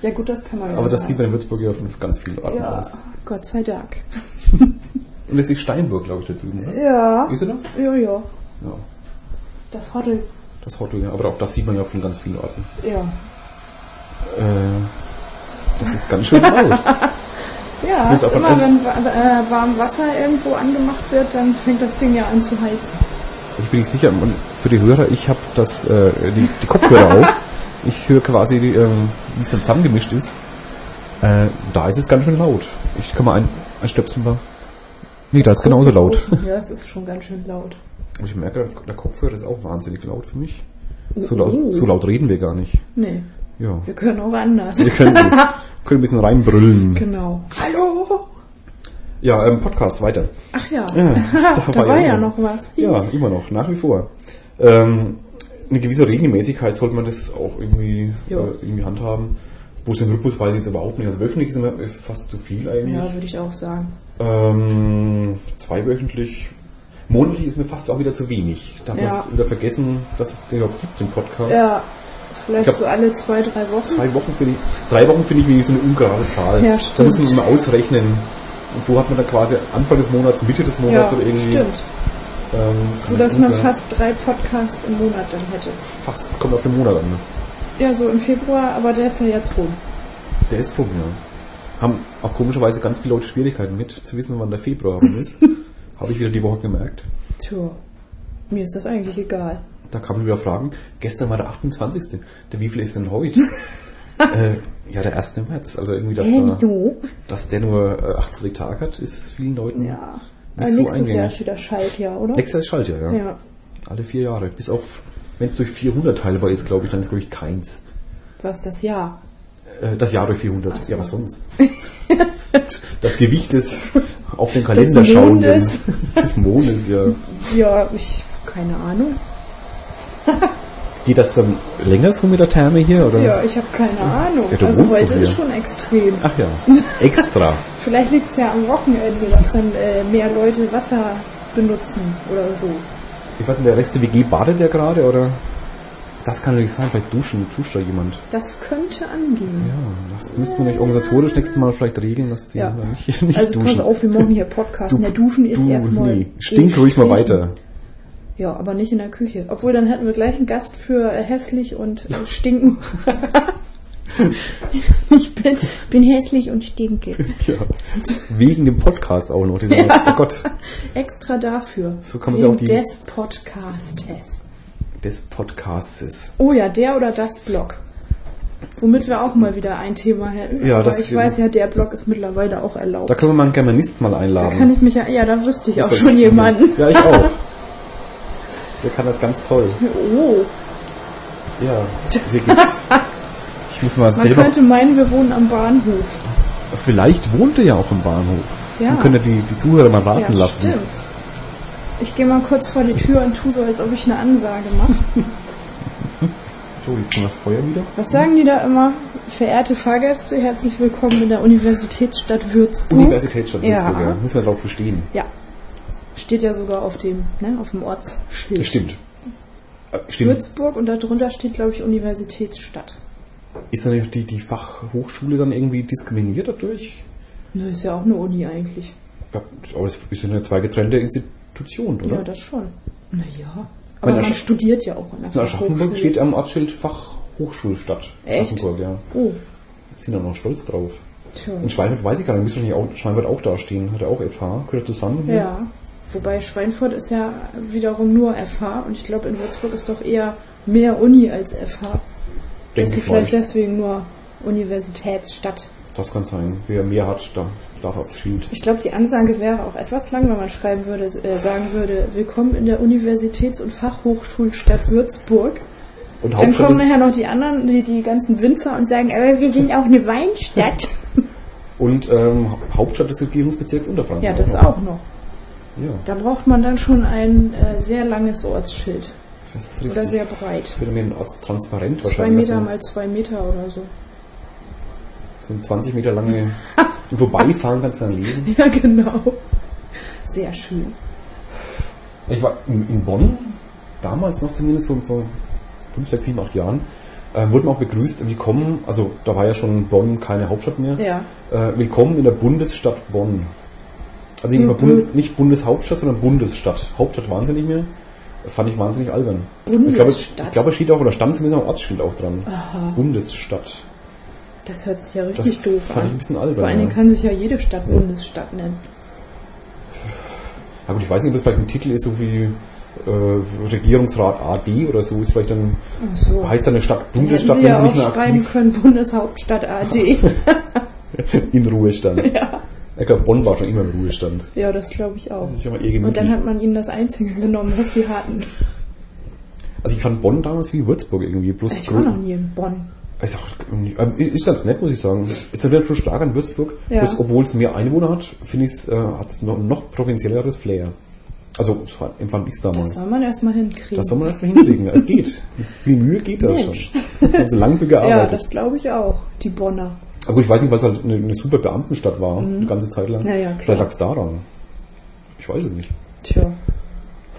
Speaker 2: Ja gut, das kann man ja
Speaker 1: Aber das sieht
Speaker 2: sagen.
Speaker 1: bei den Würzburger auf ganz vielen Orten
Speaker 2: Ja,
Speaker 1: aus.
Speaker 2: Gott sei Dank.
Speaker 1: Und das ist Steinburg, glaube ich, da drüben. Ne?
Speaker 2: Ja,
Speaker 1: Ist er das?
Speaker 2: ja, ja.
Speaker 1: Ja.
Speaker 2: Das Hotel.
Speaker 1: Das Hotel, ja. Aber auch das sieht man ja von ganz vielen Orten.
Speaker 2: Ja.
Speaker 1: Äh, das ist ganz schön laut. Also
Speaker 2: Ja,
Speaker 1: Das ist
Speaker 2: es ist
Speaker 1: aber
Speaker 2: immer,
Speaker 1: ein-
Speaker 2: wenn wa- äh, warm Wasser irgendwo angemacht wird, dann fängt das Ding ja an zu heizen.
Speaker 1: Ich bin nicht sicher. Und für die Hörer, ich habe das äh, die, die Kopfhörer auf. Ich höre quasi, die, ähm, wie es dann zusammengemischt ist. Äh, da ist es ganz schön laut. Ich kann mal ein, einstöpseln. Mal. Nee, da ist genauso laut.
Speaker 2: Oh, Ja, es ist schon ganz schön laut.
Speaker 1: Und ich merke, gerade, der Kopfhörer ist auch wahnsinnig laut für mich. So
Speaker 2: Oh.
Speaker 1: laut, so laut reden wir gar nicht.
Speaker 2: Nee,
Speaker 1: Ja.
Speaker 2: wir können auch anders.
Speaker 1: Wir können, können ein bisschen reinbrüllen.
Speaker 2: Genau. Hallo!
Speaker 1: Ja, ähm, Podcast weiter.
Speaker 2: Ach ja,
Speaker 1: Ja,
Speaker 2: da, war ja noch was.
Speaker 1: Ja, immer noch, nach wie vor. Ähm, eine gewisse Regelmäßigkeit sollte man das auch irgendwie, äh,
Speaker 2: Ja.
Speaker 1: irgendwie handhaben. Bus und Rhythmus weiß ich jetzt überhaupt nicht. Also wöchentlich ist immer fast zu viel eigentlich.
Speaker 2: Ja, würde ich auch sagen.
Speaker 1: Ähm, zweiwöchentlich. Monatlich ist mir fast auch wieder zu wenig. Da hat
Speaker 2: Ja.
Speaker 1: man es wieder vergessen, dass es den überhaupt gibt, den Podcast.
Speaker 2: Ja, vielleicht
Speaker 1: Ich hab-
Speaker 2: so alle zwei, drei Wochen.
Speaker 1: Zwei Wochen finde ich, drei Wochen finde ich wie so eine ungerade Zahl.
Speaker 2: Ja,
Speaker 1: Da muss
Speaker 2: stimmt.
Speaker 1: man immer ausrechnen. Und so hat man dann quasi Anfang des Monats, Mitte des
Speaker 2: ja,
Speaker 1: Monats oder irgendwie.
Speaker 2: stimmt.
Speaker 1: Ähm,
Speaker 2: So dass man
Speaker 1: ungefähr-
Speaker 2: fast drei Podcasts im Monat dann hätte.
Speaker 1: Fast, kommt auf den Monat an. ne?
Speaker 2: Ja, so im Februar, aber der ist ja jetzt rum.
Speaker 1: Der ist rum, ja. Haben auch komischerweise ganz viele Leute Schwierigkeiten mit, zu wissen, wann der Februar rum ist. Habe ich wieder die Woche gemerkt.
Speaker 2: Tja, mir ist das eigentlich egal.
Speaker 1: Da kamen wieder Fragen. Gestern war der 28. Der wie viel ist denn heute? äh, ja, der 1. März. Also irgendwie, dass,
Speaker 2: Hä,
Speaker 1: da,
Speaker 2: wieso?
Speaker 1: dass der nur äh, 80 Tage hat, ist vielen Leuten
Speaker 2: Ja.
Speaker 1: nicht
Speaker 2: Aber
Speaker 1: so
Speaker 2: Äh, nächstes Jahr
Speaker 1: eingängig.
Speaker 2: ist wieder Schaltjahr, oder?
Speaker 1: Nächstes Jahr ist Schaltjahr, ja.
Speaker 2: ja.
Speaker 1: Alle vier Jahre. Bis auf, wenn es durch 400 teilbar ist, glaube ich, dann ist, glaube ich, keins.
Speaker 2: Was das Jahr?
Speaker 1: Äh, das Jahr durch 400.
Speaker 2: Ach so.
Speaker 1: Ja, was sonst? das Gewicht des auf den Kalender
Speaker 2: Des
Speaker 1: schauenden.
Speaker 2: Mondes.
Speaker 1: Des Mondes, ja.
Speaker 2: Ja, ich keine Ahnung.
Speaker 1: Geht das dann länger so mit der Therme hier? Oder?
Speaker 2: Ja, ich habe keine Ahnung.
Speaker 1: Äh. Ja, du
Speaker 2: also
Speaker 1: wohnst
Speaker 2: heute
Speaker 1: doch
Speaker 2: ist
Speaker 1: hier.
Speaker 2: schon extrem.
Speaker 1: Ach ja, extra.
Speaker 2: Vielleicht liegt es ja am Wochenende, dass dann äh, mehr Leute Wasser benutzen oder so.
Speaker 1: Ich warte, der Rest der WG badet ja gerade, oder? Das kann natürlich sein, vielleicht duschen, duscht da jemand.
Speaker 2: Das könnte angehen.
Speaker 1: Ja, das müsste man natürlich organisatorisch nächstes Mal vielleicht regeln, dass die
Speaker 2: Ja.
Speaker 1: da nicht, nicht
Speaker 2: also
Speaker 1: duschen.
Speaker 2: pass auf, wir machen hier Podcast. In der Duschen ist
Speaker 1: du,
Speaker 2: erstmal.
Speaker 1: nee. Stink
Speaker 2: eh
Speaker 1: ruhig mal
Speaker 2: streichen.
Speaker 1: weiter.
Speaker 2: Ja, aber nicht in der Küche. Obwohl, dann hätten wir gleich einen Gast für äh, hässlich und äh, stinken. ich bin, bin hässlich und stinke.
Speaker 1: Ja. Wegen dem Podcast auch noch. Die sagen, Oh Gott,
Speaker 2: Extra dafür.
Speaker 1: So kann man ja auch die-
Speaker 2: Wegen des Podcastes.
Speaker 1: des Podcasts.
Speaker 2: Oh ja, der oder das Blog. Womit wir auch mal wieder ein Thema hätten.
Speaker 1: Ja,
Speaker 2: Aber
Speaker 1: das
Speaker 2: ich
Speaker 1: eben.
Speaker 2: weiß ja, der Blog ist mittlerweile auch
Speaker 1: Da
Speaker 2: erlaubt.
Speaker 1: können wir mal einen Germanist mal
Speaker 2: Da
Speaker 1: einladen.
Speaker 2: kann ich mich ja, ja, da wüsste ich
Speaker 1: Das
Speaker 2: auch
Speaker 1: soll
Speaker 2: schon
Speaker 1: ich-
Speaker 2: jemanden.
Speaker 1: Ja, ich auch. Der kann das ganz toll.
Speaker 2: Oh,
Speaker 1: Ja, hier geht's. Ich muss mal
Speaker 2: man
Speaker 1: selber.
Speaker 2: könnte meinen, wir wohnen am Bahnhof.
Speaker 1: Vielleicht wohnt er ja auch im Bahnhof.
Speaker 2: Ja.
Speaker 1: Dann könnt ihr die, die Zuhörer mal warten
Speaker 2: Ja,
Speaker 1: lassen.
Speaker 2: stimmt. Ich gehe mal kurz vor die Tür und tu so, als ob ich eine Ansage mache.
Speaker 1: So, jetzt kommt das Feuer wieder.
Speaker 2: Was sagen die da immer? Verehrte Fahrgäste, herzlich willkommen in der Universitätsstadt Würzburg.
Speaker 1: Universitätsstadt
Speaker 2: Mhm. Ja.
Speaker 1: Würzburg, ja. Müssen wir drauf bestehen.
Speaker 2: Ja. Steht ja sogar auf dem, ne, auf dem Ortsschild.
Speaker 1: Das stimmt. Äh, Stimmt.
Speaker 2: Würzburg und darunter steht, glaube ich, Universitätsstadt.
Speaker 1: Ist dann die, die Fachhochschule dann irgendwie diskriminiert dadurch?
Speaker 2: Ne, Nö, ist ja auch eine Uni eigentlich.
Speaker 1: Ja, aber das sind ja zwei getrennte Institutionen, oder?
Speaker 2: Ja, das schon. Naja.
Speaker 1: Wenn
Speaker 2: Aber
Speaker 1: er
Speaker 2: man
Speaker 1: sch-
Speaker 2: studiert ja auch an der
Speaker 1: In Aschaffenburg
Speaker 2: Fachhochschule.
Speaker 1: steht am Ortsschild Fachhochschulstadt.
Speaker 2: Echt?
Speaker 1: Aschaffenburg, ja.
Speaker 2: Oh,
Speaker 1: Sind auch noch stolz drauf.
Speaker 2: tja.
Speaker 1: In Schweinfurt weiß ich gar nicht, müsste wahrscheinlich auch, Schweinfurt auch dastehen. Hat er auch FH? Gehört er zusammen? hier?
Speaker 2: Ja. Wobei Schweinfurt ist ja wiederum nur FH und ich glaube, in Würzburg ist doch eher mehr Uni als FH.
Speaker 1: Denke
Speaker 2: ist sie
Speaker 1: ich mal.
Speaker 2: vielleicht deswegen nur Universitätsstadt.
Speaker 1: Das kann sein. Wer mehr hat, da darf aufs Schild.
Speaker 2: Ich glaube, die Ansage wäre auch etwas lang, wenn man schreiben würde, äh, sagen würde, willkommen in der Universitäts- und Fachhochschulstadt Würzburg.
Speaker 1: Und
Speaker 2: Dann
Speaker 1: Hauptstadt
Speaker 2: kommen
Speaker 1: ist,
Speaker 2: nachher noch die anderen, die, die ganzen Winzer und sagen, aber wir sind auch eine Weinstadt.
Speaker 1: und, ähm, Hauptstadt des Regierungsbezirks Unterfranken.
Speaker 2: ja, das
Speaker 1: noch.
Speaker 2: auch noch.
Speaker 1: Ja,
Speaker 2: Da braucht man dann schon ein äh, sehr langes Ortsschild.
Speaker 1: das ist
Speaker 2: Oder
Speaker 1: richtig.
Speaker 2: sehr breit.
Speaker 1: Wieder mit dem Ort transparent
Speaker 2: Zwei
Speaker 1: wahrscheinlich.
Speaker 2: Meter mal zwei Meter oder so.
Speaker 1: Das sind 20 Meter lange. Und vorbeifahren kannst du dann lesen.
Speaker 2: Ja, genau. Sehr schön.
Speaker 1: Ich war in, in Bonn, damals noch zumindest, vor, vor 5, 6, 7, 8 Jahren, äh, wurde man auch begrüßt, willkommen, also da war ja schon Bonn keine Hauptstadt mehr,
Speaker 2: Ja.
Speaker 1: äh, willkommen in der Bundesstadt Bonn. Also nicht,
Speaker 2: Mhm.
Speaker 1: mal Bund, nicht Bundeshauptstadt, sondern Bundesstadt. Hauptstadt waren sie nicht mehr, fand ich wahnsinnig albern. Ich glaube, es-
Speaker 2: Bundesstadt?
Speaker 1: ich glaube, es steht auch, oder stand zumindest am Ortsschild auch dran. Bundesstadt.
Speaker 2: Das hört sich ja
Speaker 1: Das
Speaker 2: richtig doof
Speaker 1: fand
Speaker 2: an.
Speaker 1: ich ein bisschen albern,
Speaker 2: Vor allen
Speaker 1: ja.
Speaker 2: Dingen kann sich ja jede Stadt Bundesstadt nennen.
Speaker 1: Ja gut, ich weiß nicht, ob das vielleicht ein Titel ist, so wie äh, Regierungsrat AD oder so, ist vielleicht dann,
Speaker 2: Ach so.
Speaker 1: heißt dann eine Stadt
Speaker 2: Mhm. Dann hätten
Speaker 1: Bundesstadt, wenn
Speaker 2: Sie
Speaker 1: sie nicht
Speaker 2: ja auch
Speaker 1: mehr
Speaker 2: schreiben
Speaker 1: aktiv
Speaker 2: können, Bundeshauptstadt AD.
Speaker 1: in Ruhestand. Ja. Ich glaube, Bonn war schon immer im Ruhestand.
Speaker 2: ja, das glaube ich auch.
Speaker 1: Ich habe eh
Speaker 2: Und dann
Speaker 1: gemütlich.
Speaker 2: hat man ihnen das Einzige genommen, was sie hatten.
Speaker 1: Also ich fand Bonn damals wie Würzburg irgendwie, bloß
Speaker 2: Ich war
Speaker 1: grö-
Speaker 2: noch nie in Bonn.
Speaker 1: Ist, auch, ähm, ist ganz nett, muss ich sagen. Ist natürlich schon stark an Würzburg.
Speaker 2: Ja.
Speaker 1: Bloß, Obwohl es mehr Einwohner hat, finde ich, äh, hat es noch, noch provinzielleres Flair. Also das fand- empfand ich es
Speaker 2: Das
Speaker 1: damals.
Speaker 2: soll man erstmal hinkriegen.
Speaker 1: Das soll man erstmal hinkriegen. Es geht. Mit viel Mühe geht das
Speaker 2: Mensch.
Speaker 1: schon. Haben sie lang für
Speaker 2: ja,
Speaker 1: gearbeitet.
Speaker 2: das glaube ich auch. Die Bonner.
Speaker 1: Aber gut, ich weiß nicht, weil es halt eine, eine super Beamtenstadt war, eine ganze Zeit lang.
Speaker 2: Mhm. Ja, ja, klar.
Speaker 1: Vielleicht lag es daran. Ich weiß es nicht.
Speaker 2: Tja.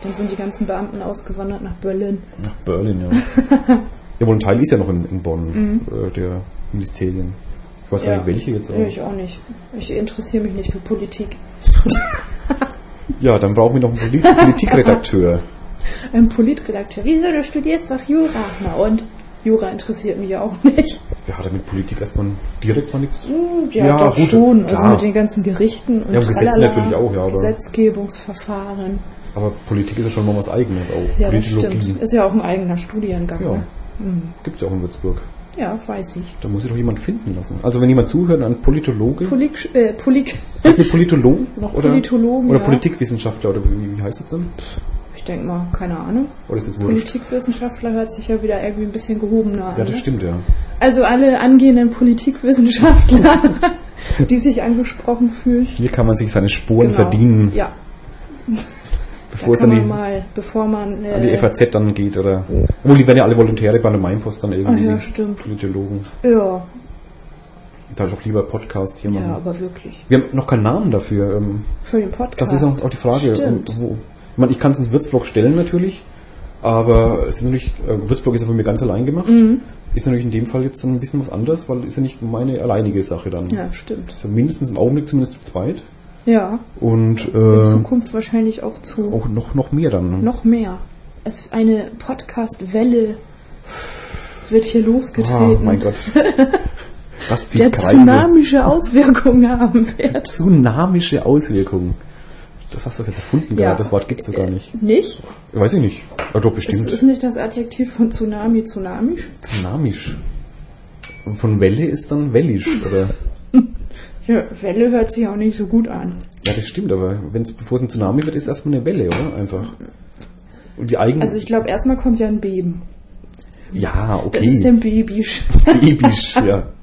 Speaker 2: Dann sind die ganzen Beamten ausgewandert nach Berlin.
Speaker 1: Nach Berlin, ja. ja, wohl ein Teil ist ja noch in, in Bonn, äh, der Ministerien. Ich weiß gar nicht, welche jetzt
Speaker 2: Mhm. Ja,
Speaker 1: auch.
Speaker 2: ich auch nicht. Ich interessiere mich nicht für Politik.
Speaker 1: Ja, dann brauchen wir noch einen Polit Politikredakteur.
Speaker 2: Ein Politredakteur. Wieso, du studierst doch Jura. Na und? Jura interessiert mich ja auch nicht.
Speaker 1: Ja, hat er mit Politik erstmal direkt mal nichts?
Speaker 2: Hm, Ja,
Speaker 1: Ja,
Speaker 2: doch
Speaker 1: gut,
Speaker 2: schon. Also
Speaker 1: klar.
Speaker 2: mit den ganzen Gerichten und
Speaker 1: Ja, und Gesetzen
Speaker 2: tralala,
Speaker 1: natürlich auch, ja, aber-
Speaker 2: Gesetzgebungsverfahren.
Speaker 1: Aber Politik ist ja schon mal was Eigenes auch.
Speaker 2: Ja, das stimmt. Ist ja auch ein eigener Studiengang.
Speaker 1: Ja,
Speaker 2: Ne?
Speaker 1: gibt's ja auch in Würzburg.
Speaker 2: ja weiß ich.
Speaker 1: Da muss sich doch jemand finden lassen. Also wenn jemand zuhört, ein Politologe.
Speaker 2: Polik, äh, Polik,
Speaker 1: ist eine Politologen noch? Oder,
Speaker 2: Politologen,
Speaker 1: oder
Speaker 2: ja.
Speaker 1: Politikwissenschaftler, oder wie, wie heißt es dann?
Speaker 2: ich denke mal, keine Ahnung.
Speaker 1: Oder ist es wurscht?
Speaker 2: Politikwissenschaftler hört sich ja wieder irgendwie ein bisschen gehobener an.
Speaker 1: Ja, das
Speaker 2: ne?
Speaker 1: stimmt, ja.
Speaker 2: Also alle angehenden Politikwissenschaftler, die sich angesprochen fühlen.
Speaker 1: Hier kann man sich seine Spuren
Speaker 2: Genau.
Speaker 1: verdienen,
Speaker 2: Ja,
Speaker 1: bevor
Speaker 2: da
Speaker 1: es
Speaker 2: kann
Speaker 1: dann
Speaker 2: man
Speaker 1: die
Speaker 2: mal, bevor man... äh,
Speaker 1: an die FAZ dann geht oder. Obwohl, die werden ja alle Volontäre bei der Mainpost dann irgendwie.
Speaker 2: Ah ja, stimmt.
Speaker 1: Politologen.
Speaker 2: ja,
Speaker 1: Da doch lieber Podcast hier machen.
Speaker 2: ja, aber wirklich.
Speaker 1: Wir haben noch keinen Namen dafür. ähm,
Speaker 2: Für den Podcast.
Speaker 1: Das ist auch, auch die Frage.
Speaker 2: Stimmt.
Speaker 1: Und wo, ich meine, ich kann es ins Würzburg stellen natürlich, aber es ist natürlich, äh, Würzburg ist ja von mir ganz allein gemacht.
Speaker 2: Mhm.
Speaker 1: Ist natürlich in dem Fall jetzt ein bisschen was anderes, weil ist ja nicht meine alleinige Sache dann.
Speaker 2: ja, stimmt.
Speaker 1: Ist ja mindestens im Augenblick zumindest zu zweit.
Speaker 2: Ja,
Speaker 1: Und
Speaker 2: in
Speaker 1: äh,
Speaker 2: Zukunft wahrscheinlich auch zu
Speaker 1: auch noch, noch mehr dann.
Speaker 2: noch mehr. Es eine Podcast-Welle wird hier
Speaker 1: ah,
Speaker 2: losgetreten,
Speaker 1: mein Gott. Das zieht
Speaker 2: der
Speaker 1: Kreise.
Speaker 2: dynamische Auswirkungen haben wird.
Speaker 1: Tsunamische Auswirkungen. Das hast du jetzt erfunden
Speaker 2: Ja.
Speaker 1: gerade. Das Wort gibt's so gar nicht.
Speaker 2: Nicht?
Speaker 1: Weiß ich nicht. Ja, doch,
Speaker 2: Ist,
Speaker 1: bestimmt.
Speaker 2: ist nicht das Adjektiv von Tsunami tsunamisch?
Speaker 1: Tsunamisch. Und von Welle ist dann wellisch, oder?
Speaker 2: Ja, Welle hört sich auch nicht so gut an.
Speaker 1: Ja, das stimmt, aber wenn's, bevor es ein Tsunami wird, ist erstmal eine Welle, oder? Einfach. Und die eigenen.
Speaker 2: Also ich glaube, erstmal kommt ja ein Beben.
Speaker 1: ja,
Speaker 2: Das ist
Speaker 1: okay.
Speaker 2: dann babysch.
Speaker 1: Ebisch, ja.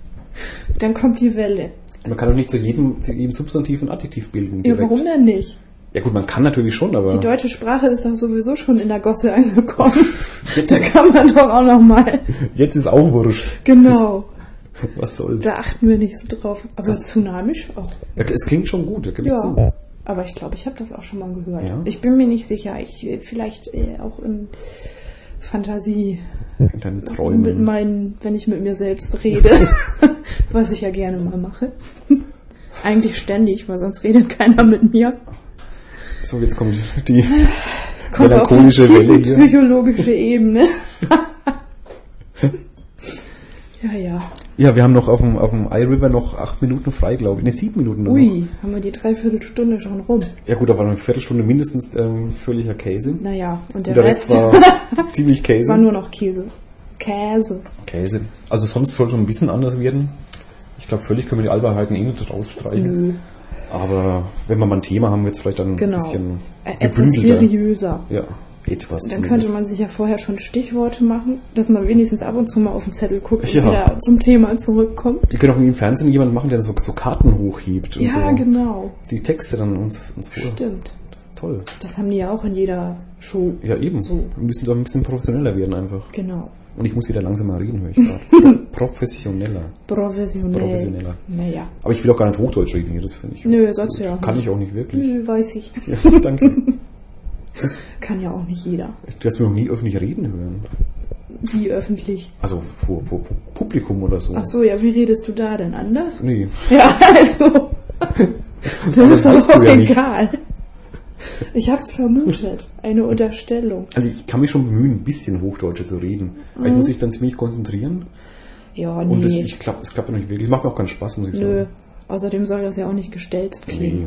Speaker 2: Dann kommt die Welle.
Speaker 1: Man kann doch nicht zu jedem, zu jedem Substantiv ein Adjektiv bilden.
Speaker 2: Ja,
Speaker 1: direkt.
Speaker 2: warum denn nicht?
Speaker 1: Ja, gut, man kann natürlich schon, aber.
Speaker 2: Die deutsche Sprache ist doch sowieso schon in der Gosse angekommen.
Speaker 1: Jetzt-
Speaker 2: da kann man doch auch noch mal.
Speaker 1: Jetzt ist auch wurscht.
Speaker 2: Genau.
Speaker 1: Was soll's?
Speaker 2: Da achten wir nicht so drauf. Aber tsunamisch auch.
Speaker 1: Ja, es klingt schon gut, da gebe ich
Speaker 2: Ja.
Speaker 1: zu.
Speaker 2: Aber ich glaube, ich habe das auch schon mal gehört.
Speaker 1: Ja?
Speaker 2: Ich bin mir nicht sicher. Ich äh, vielleicht äh, auch in Fantasie
Speaker 1: In deinen
Speaker 2: mit
Speaker 1: Träumen.
Speaker 2: meinen, wenn ich mit mir selbst rede, was ich ja gerne mal mache. Eigentlich ständig, weil sonst redet keiner mit mir.
Speaker 1: So, jetzt kommt die
Speaker 2: Kommt auf die
Speaker 1: Melancholische Welle hier.
Speaker 2: psychologische Ebene. ja, ja.
Speaker 1: Ja, wir haben noch auf dem, auf dem iRiver noch acht Minuten frei, glaube ich. Ne, sieben Minuten nur noch.
Speaker 2: Ui, haben wir die Dreiviertelstunde schon rum.
Speaker 1: Ja gut, da war noch eine Viertelstunde mindestens ähm, völliger Käse.
Speaker 2: Naja, und der,
Speaker 1: Und der
Speaker 2: Rest,
Speaker 1: Rest war ziemlich Käse.
Speaker 2: war nur noch Käse. Käse.
Speaker 1: Käse. Also sonst soll schon ein bisschen anders werden. Ich glaube, völlig können wir die Alberheiten eh nicht rausstreichen.
Speaker 2: Nö,
Speaker 1: Aber wenn wir mal ein Thema haben, wird es vielleicht dann
Speaker 2: Mhm. genau.
Speaker 1: ein bisschen
Speaker 2: Ä- Etwas seriöser.
Speaker 1: Ja, etwas
Speaker 2: Dann könnte man sich ja vorher schon Stichworte machen, dass man wenigstens ab und zu mal auf den Zettel guckt und
Speaker 1: Ja.
Speaker 2: wieder zum Thema zurückkommt.
Speaker 1: Die können auch im Fernsehen jemanden machen, der so, so Karten hochhebt. und
Speaker 2: Ja,
Speaker 1: so.
Speaker 2: genau.
Speaker 1: Die Texte dann uns, uns vor.
Speaker 2: Stimmt.
Speaker 1: Das ist toll.
Speaker 2: Das haben die ja auch in jeder Show.
Speaker 1: Ja, eben.
Speaker 2: So.
Speaker 1: Wir müssen doch ein bisschen professioneller werden einfach.
Speaker 2: Genau.
Speaker 1: Und ich muss wieder langsamer reden, höre ich gerade. Pro- professioneller.
Speaker 2: Professionell.
Speaker 1: Professioneller.
Speaker 2: Naja.
Speaker 1: Aber ich will auch gar nicht Hochdeutsch reden hier, das finde ich.
Speaker 2: Nö, sollst du ja auch
Speaker 1: Kann
Speaker 2: nicht.
Speaker 1: ich auch nicht wirklich.
Speaker 2: Hm, Weiß ich.
Speaker 1: Ja, danke.
Speaker 2: Kann ja auch nicht jeder.
Speaker 1: Du hast mich noch nie öffentlich reden hören.
Speaker 2: Wie öffentlich.
Speaker 1: Also vor, vor, vor Publikum oder so.
Speaker 2: Ach so, ja, wie redest du da denn anders?
Speaker 1: Nee.
Speaker 2: Ja, also. Dann
Speaker 1: das
Speaker 2: ist das
Speaker 1: weißt
Speaker 2: auch
Speaker 1: du ja nicht.
Speaker 2: egal. Ich hab's vermutet. Eine Unterstellung.
Speaker 1: Also ich kann mich schon bemühen, ein bisschen Hochdeutsche zu reden. Aber ich muss mich dann ziemlich konzentrieren.
Speaker 2: Ja,
Speaker 1: Und das,
Speaker 2: Mhm. nee.
Speaker 1: ich klapp, es klappt ja nicht wirklich. Macht mir auch keinen Spaß, muss ich
Speaker 2: Nö.
Speaker 1: sagen.
Speaker 2: Außerdem soll das ja auch nicht gestelzt klingen.
Speaker 1: Nee.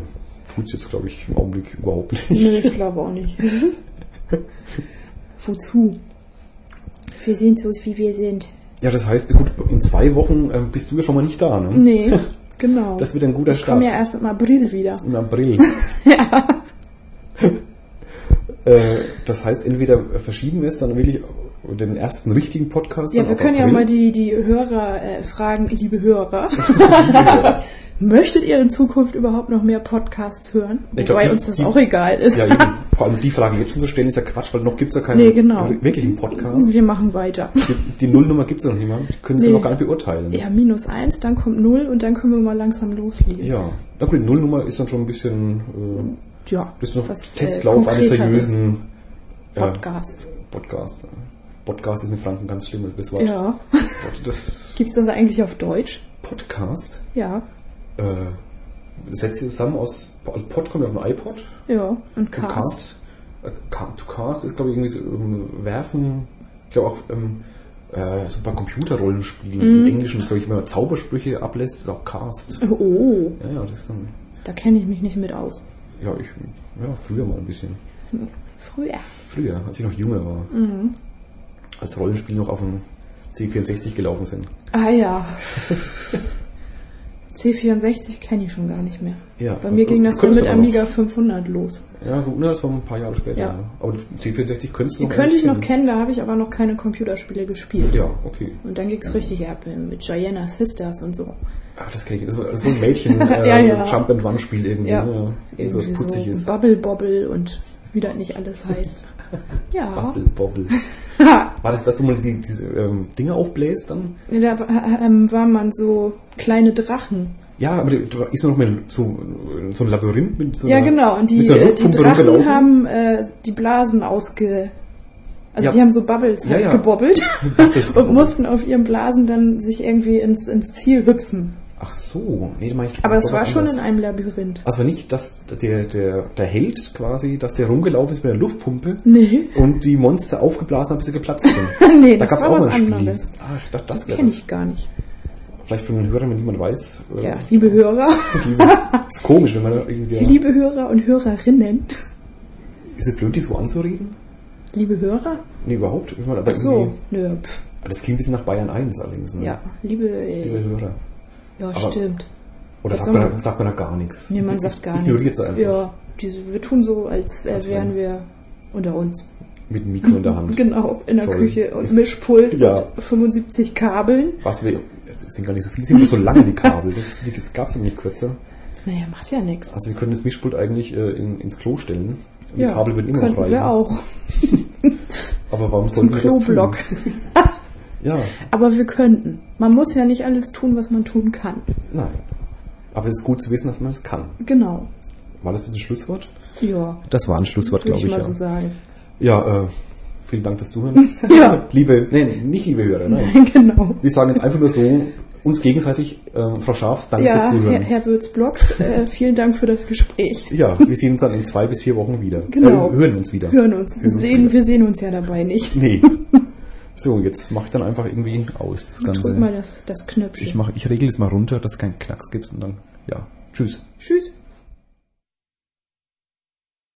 Speaker 1: Tut's jetzt, glaube ich, im Augenblick überhaupt nicht.
Speaker 2: Nö, ich glaube auch nicht. Wozu? Wir sind so, wie wir sind.
Speaker 1: Ja, das heißt, gut, in zwei Wochen ähm, bist du ja schon mal nicht da, ne?
Speaker 2: Nee, genau.
Speaker 1: Das wird ein guter
Speaker 2: Ich komme
Speaker 1: Start.
Speaker 2: ja erst im April wieder.
Speaker 1: Im April. äh, das heißt, entweder verschieben wir es, dann will ich den ersten richtigen Podcast.
Speaker 2: Ja,
Speaker 1: dann
Speaker 2: wir
Speaker 1: auf
Speaker 2: können ja
Speaker 1: April.
Speaker 2: mal die, die Hörer äh, fragen, liebe Hörer. Möchtet ihr in Zukunft überhaupt noch mehr Podcasts hören?
Speaker 1: Ich glaub,
Speaker 2: Wobei
Speaker 1: die-
Speaker 2: uns das
Speaker 1: die-
Speaker 2: auch egal ist.
Speaker 1: Ja, eben. Vor allem die Frage jetzt schon zu stellen, ist ja Quatsch, weil noch gibt's ja keinen
Speaker 2: Nee, genau.
Speaker 1: wirklichen Podcast.
Speaker 2: Wir machen weiter.
Speaker 1: Die, die Nullnummer gibt's ja noch nicht mal. Die können sie
Speaker 2: Nee.
Speaker 1: noch gar nicht beurteilen.
Speaker 2: Ja, minus eins, dann kommt null und dann können wir mal langsam loslegen.
Speaker 1: Ja. Na gut, die Nullnummer ist dann schon ein bisschen äh,
Speaker 2: Ja,
Speaker 1: das ist noch
Speaker 2: was, äh,
Speaker 1: Testlauf eines
Speaker 2: Konkreteres.
Speaker 1: seriösen ja,
Speaker 2: Podcasts.
Speaker 1: Podcasts. Podcast ist in Franken ganz schlimm, das Wort.
Speaker 2: Ja.
Speaker 1: Das
Speaker 2: Gibt's das eigentlich auf Deutsch?
Speaker 1: Podcast
Speaker 2: Ja.
Speaker 1: äh, setzt sich zusammen aus, also Pod kommt auf dem iPod.
Speaker 2: Ja. Und
Speaker 1: To
Speaker 2: Cast.
Speaker 1: Äh, ca- to cast ist, glaube ich, irgendwie so ähm, werfen. Ich glaube auch ähm, äh, so ein paar Computerrollenspielen.
Speaker 2: Mhm.
Speaker 1: Im Englischen, glaube ich, wenn man Zaubersprüche ablässt, ist auch cast.
Speaker 2: Oh,
Speaker 1: Ja, ja, das ist dann.
Speaker 2: da kenne ich mich nicht mit aus.
Speaker 1: Ja, ich. Ja, früher mal ein bisschen.
Speaker 2: Früher.
Speaker 1: Früher, als ich noch jünger war.
Speaker 2: Mhm.
Speaker 1: Als Rollenspiele noch auf dem C64 gelaufen sind.
Speaker 2: Ah ja. C64 kenne ich schon gar nicht mehr.
Speaker 1: Ja. also
Speaker 2: Bei mir ging das dann
Speaker 1: Könntest
Speaker 2: mit
Speaker 1: du aber
Speaker 2: Amiga 500 los.
Speaker 1: noch. Ja, gut, ne, das war ein paar Jahre später.
Speaker 2: Ja.
Speaker 1: Ja. Aber C64 könntest du
Speaker 2: Die könnte ich noch
Speaker 1: eigentlich
Speaker 2: kennen, da habe ich aber noch keine Computerspiele gespielt.
Speaker 1: Ja, okay.
Speaker 2: Und dann ging's richtig ab äh, mit Gianna Sisters und so.
Speaker 1: Ah, das kenne ich. Das war so ein Mädchen äh,
Speaker 2: Ja, ja.
Speaker 1: Jump and Run Spiel irgendwie,
Speaker 2: Ja,
Speaker 1: ne? ja. so
Speaker 2: irgendwie
Speaker 1: was putzig ist.
Speaker 2: Bubble Bobble und wie das nicht alles heißt. Ja.
Speaker 1: Bubble Bobble. War das, dass du mal die, diese ähm, Dinge aufbläst dann?
Speaker 2: Da äh, ähm, war man so kleine Drachen.
Speaker 1: Ja, aber da ist man noch mal so, äh, so ein Labyrinth mit so
Speaker 2: Ja,
Speaker 1: einer,
Speaker 2: genau. Und die,
Speaker 1: mit so einer
Speaker 2: äh, die
Speaker 1: Luftpumpe
Speaker 2: Drachen
Speaker 1: rumgelaufen.
Speaker 2: haben äh, die Blasen ausge... Also
Speaker 1: Ja.
Speaker 2: die haben so Bubbles
Speaker 1: Ja,
Speaker 2: halt
Speaker 1: ja.
Speaker 2: gebobbelt
Speaker 1: Bubbles
Speaker 2: und
Speaker 1: gebobbelt.
Speaker 2: mussten auf ihren Blasen dann sich irgendwie ins, ins Ziel hüpfen.
Speaker 1: Ach so, nee, da mach ich
Speaker 2: Aber das
Speaker 1: was
Speaker 2: war schon
Speaker 1: anderes.
Speaker 2: in einem Labyrinth.
Speaker 1: Also nicht, dass der, der, der Held quasi, dass der rumgelaufen ist mit der Luftpumpe
Speaker 2: Nee.
Speaker 1: und die Monster aufgeblasen haben, bis sie geplatzt sind.
Speaker 2: nee,
Speaker 1: da
Speaker 2: das
Speaker 1: gab es
Speaker 2: war
Speaker 1: auch mal
Speaker 2: was
Speaker 1: ein Spiel.
Speaker 2: anderes.
Speaker 1: Ah, ich dachte, das,
Speaker 2: Das
Speaker 1: wäre
Speaker 2: kenne ich gar nicht.
Speaker 1: Vielleicht für einen Hörer, wenn niemand weiß. äh,
Speaker 2: Ja, liebe Hörer,
Speaker 1: Ist komisch, wenn man irgendwie...
Speaker 2: liebe Hörer und Hörerinnen.
Speaker 1: Ist es blöd, die so anzureden?
Speaker 2: Liebe Hörer?
Speaker 1: Nee, überhaupt. Wenn man aber
Speaker 2: Ach so.
Speaker 1: irgendwie-
Speaker 2: Nö, pff.
Speaker 1: Das klingt ein bisschen nach Bayern 1 allerdings. Ne?
Speaker 2: Ja, liebe... äh,
Speaker 1: Liebe Hörer.
Speaker 2: ja,
Speaker 1: aber-
Speaker 2: stimmt.
Speaker 1: Oder
Speaker 2: Was
Speaker 1: sagt
Speaker 2: soll
Speaker 1: man,
Speaker 2: man?
Speaker 1: sagt man da gar nichts?
Speaker 2: Nee, man sagt gar
Speaker 1: Ignoriert
Speaker 2: nichts.
Speaker 1: sie einfach.
Speaker 2: Ja, diese, wir tun so, als, äh,
Speaker 1: Als
Speaker 2: wären
Speaker 1: wenn-
Speaker 2: wir unter uns.
Speaker 1: Mit dem Mikro in der Hand.
Speaker 2: Genau, in der
Speaker 1: Sorry.
Speaker 2: Küche und Mischpult
Speaker 1: Ja.
Speaker 2: und 75 Kabeln.
Speaker 1: Was wir. also, Es sind gar nicht so viele, es sind nur so lange die Kabel. Das, das gab es nämlich kürzer.
Speaker 2: Naja, macht ja nichts.
Speaker 1: Also wir können das Mischpult eigentlich äh, in, ins Klo stellen. Und
Speaker 2: Ja,
Speaker 1: die Kabel würden immer noch
Speaker 2: könnten
Speaker 1: reichen.
Speaker 2: wir auch.
Speaker 1: Aber warum
Speaker 2: Zum
Speaker 1: sollten wir das tun?
Speaker 2: Kloblock.
Speaker 1: Ja,
Speaker 2: Aber wir könnten. Man muss ja nicht alles tun, was man tun kann.
Speaker 1: nein. Aber es ist gut zu wissen, dass man das kann.
Speaker 2: Genau.
Speaker 1: War das jetzt ein Schlusswort?
Speaker 2: Ja,
Speaker 1: Das war ein Schlusswort,
Speaker 2: würde ich mal
Speaker 1: Ja,
Speaker 2: so sagen.
Speaker 1: ja äh, vielen Dank fürs Zuhören.
Speaker 2: Ja.
Speaker 1: liebe, nee, nicht liebe Hörer, nein.
Speaker 2: genau.
Speaker 1: Wir sagen jetzt einfach nur so, uns gegenseitig, äh, Frau Schafs, danke fürs
Speaker 2: ja, Herr,
Speaker 1: Zuhören.
Speaker 2: Herr Würz-Block, äh, vielen Dank für das Gespräch.
Speaker 1: Ja, wir sehen uns dann in zwei bis vier Wochen wieder.
Speaker 2: Genau.
Speaker 1: Äh, hören uns wieder.
Speaker 2: Hören uns.
Speaker 1: Hören uns
Speaker 2: sehen,
Speaker 1: wieder.
Speaker 2: wir sehen uns ja dabei nicht.
Speaker 1: Nee. So, jetzt mach ich dann einfach irgendwie aus, das
Speaker 2: Drück mal
Speaker 1: Ganze.
Speaker 2: das, das
Speaker 1: Ich,
Speaker 2: Knöpfchen.
Speaker 1: mach, ich regel es mal runter, dass es keinen Knacks gibt und dann, ja, tschüss.
Speaker 2: Tschüss.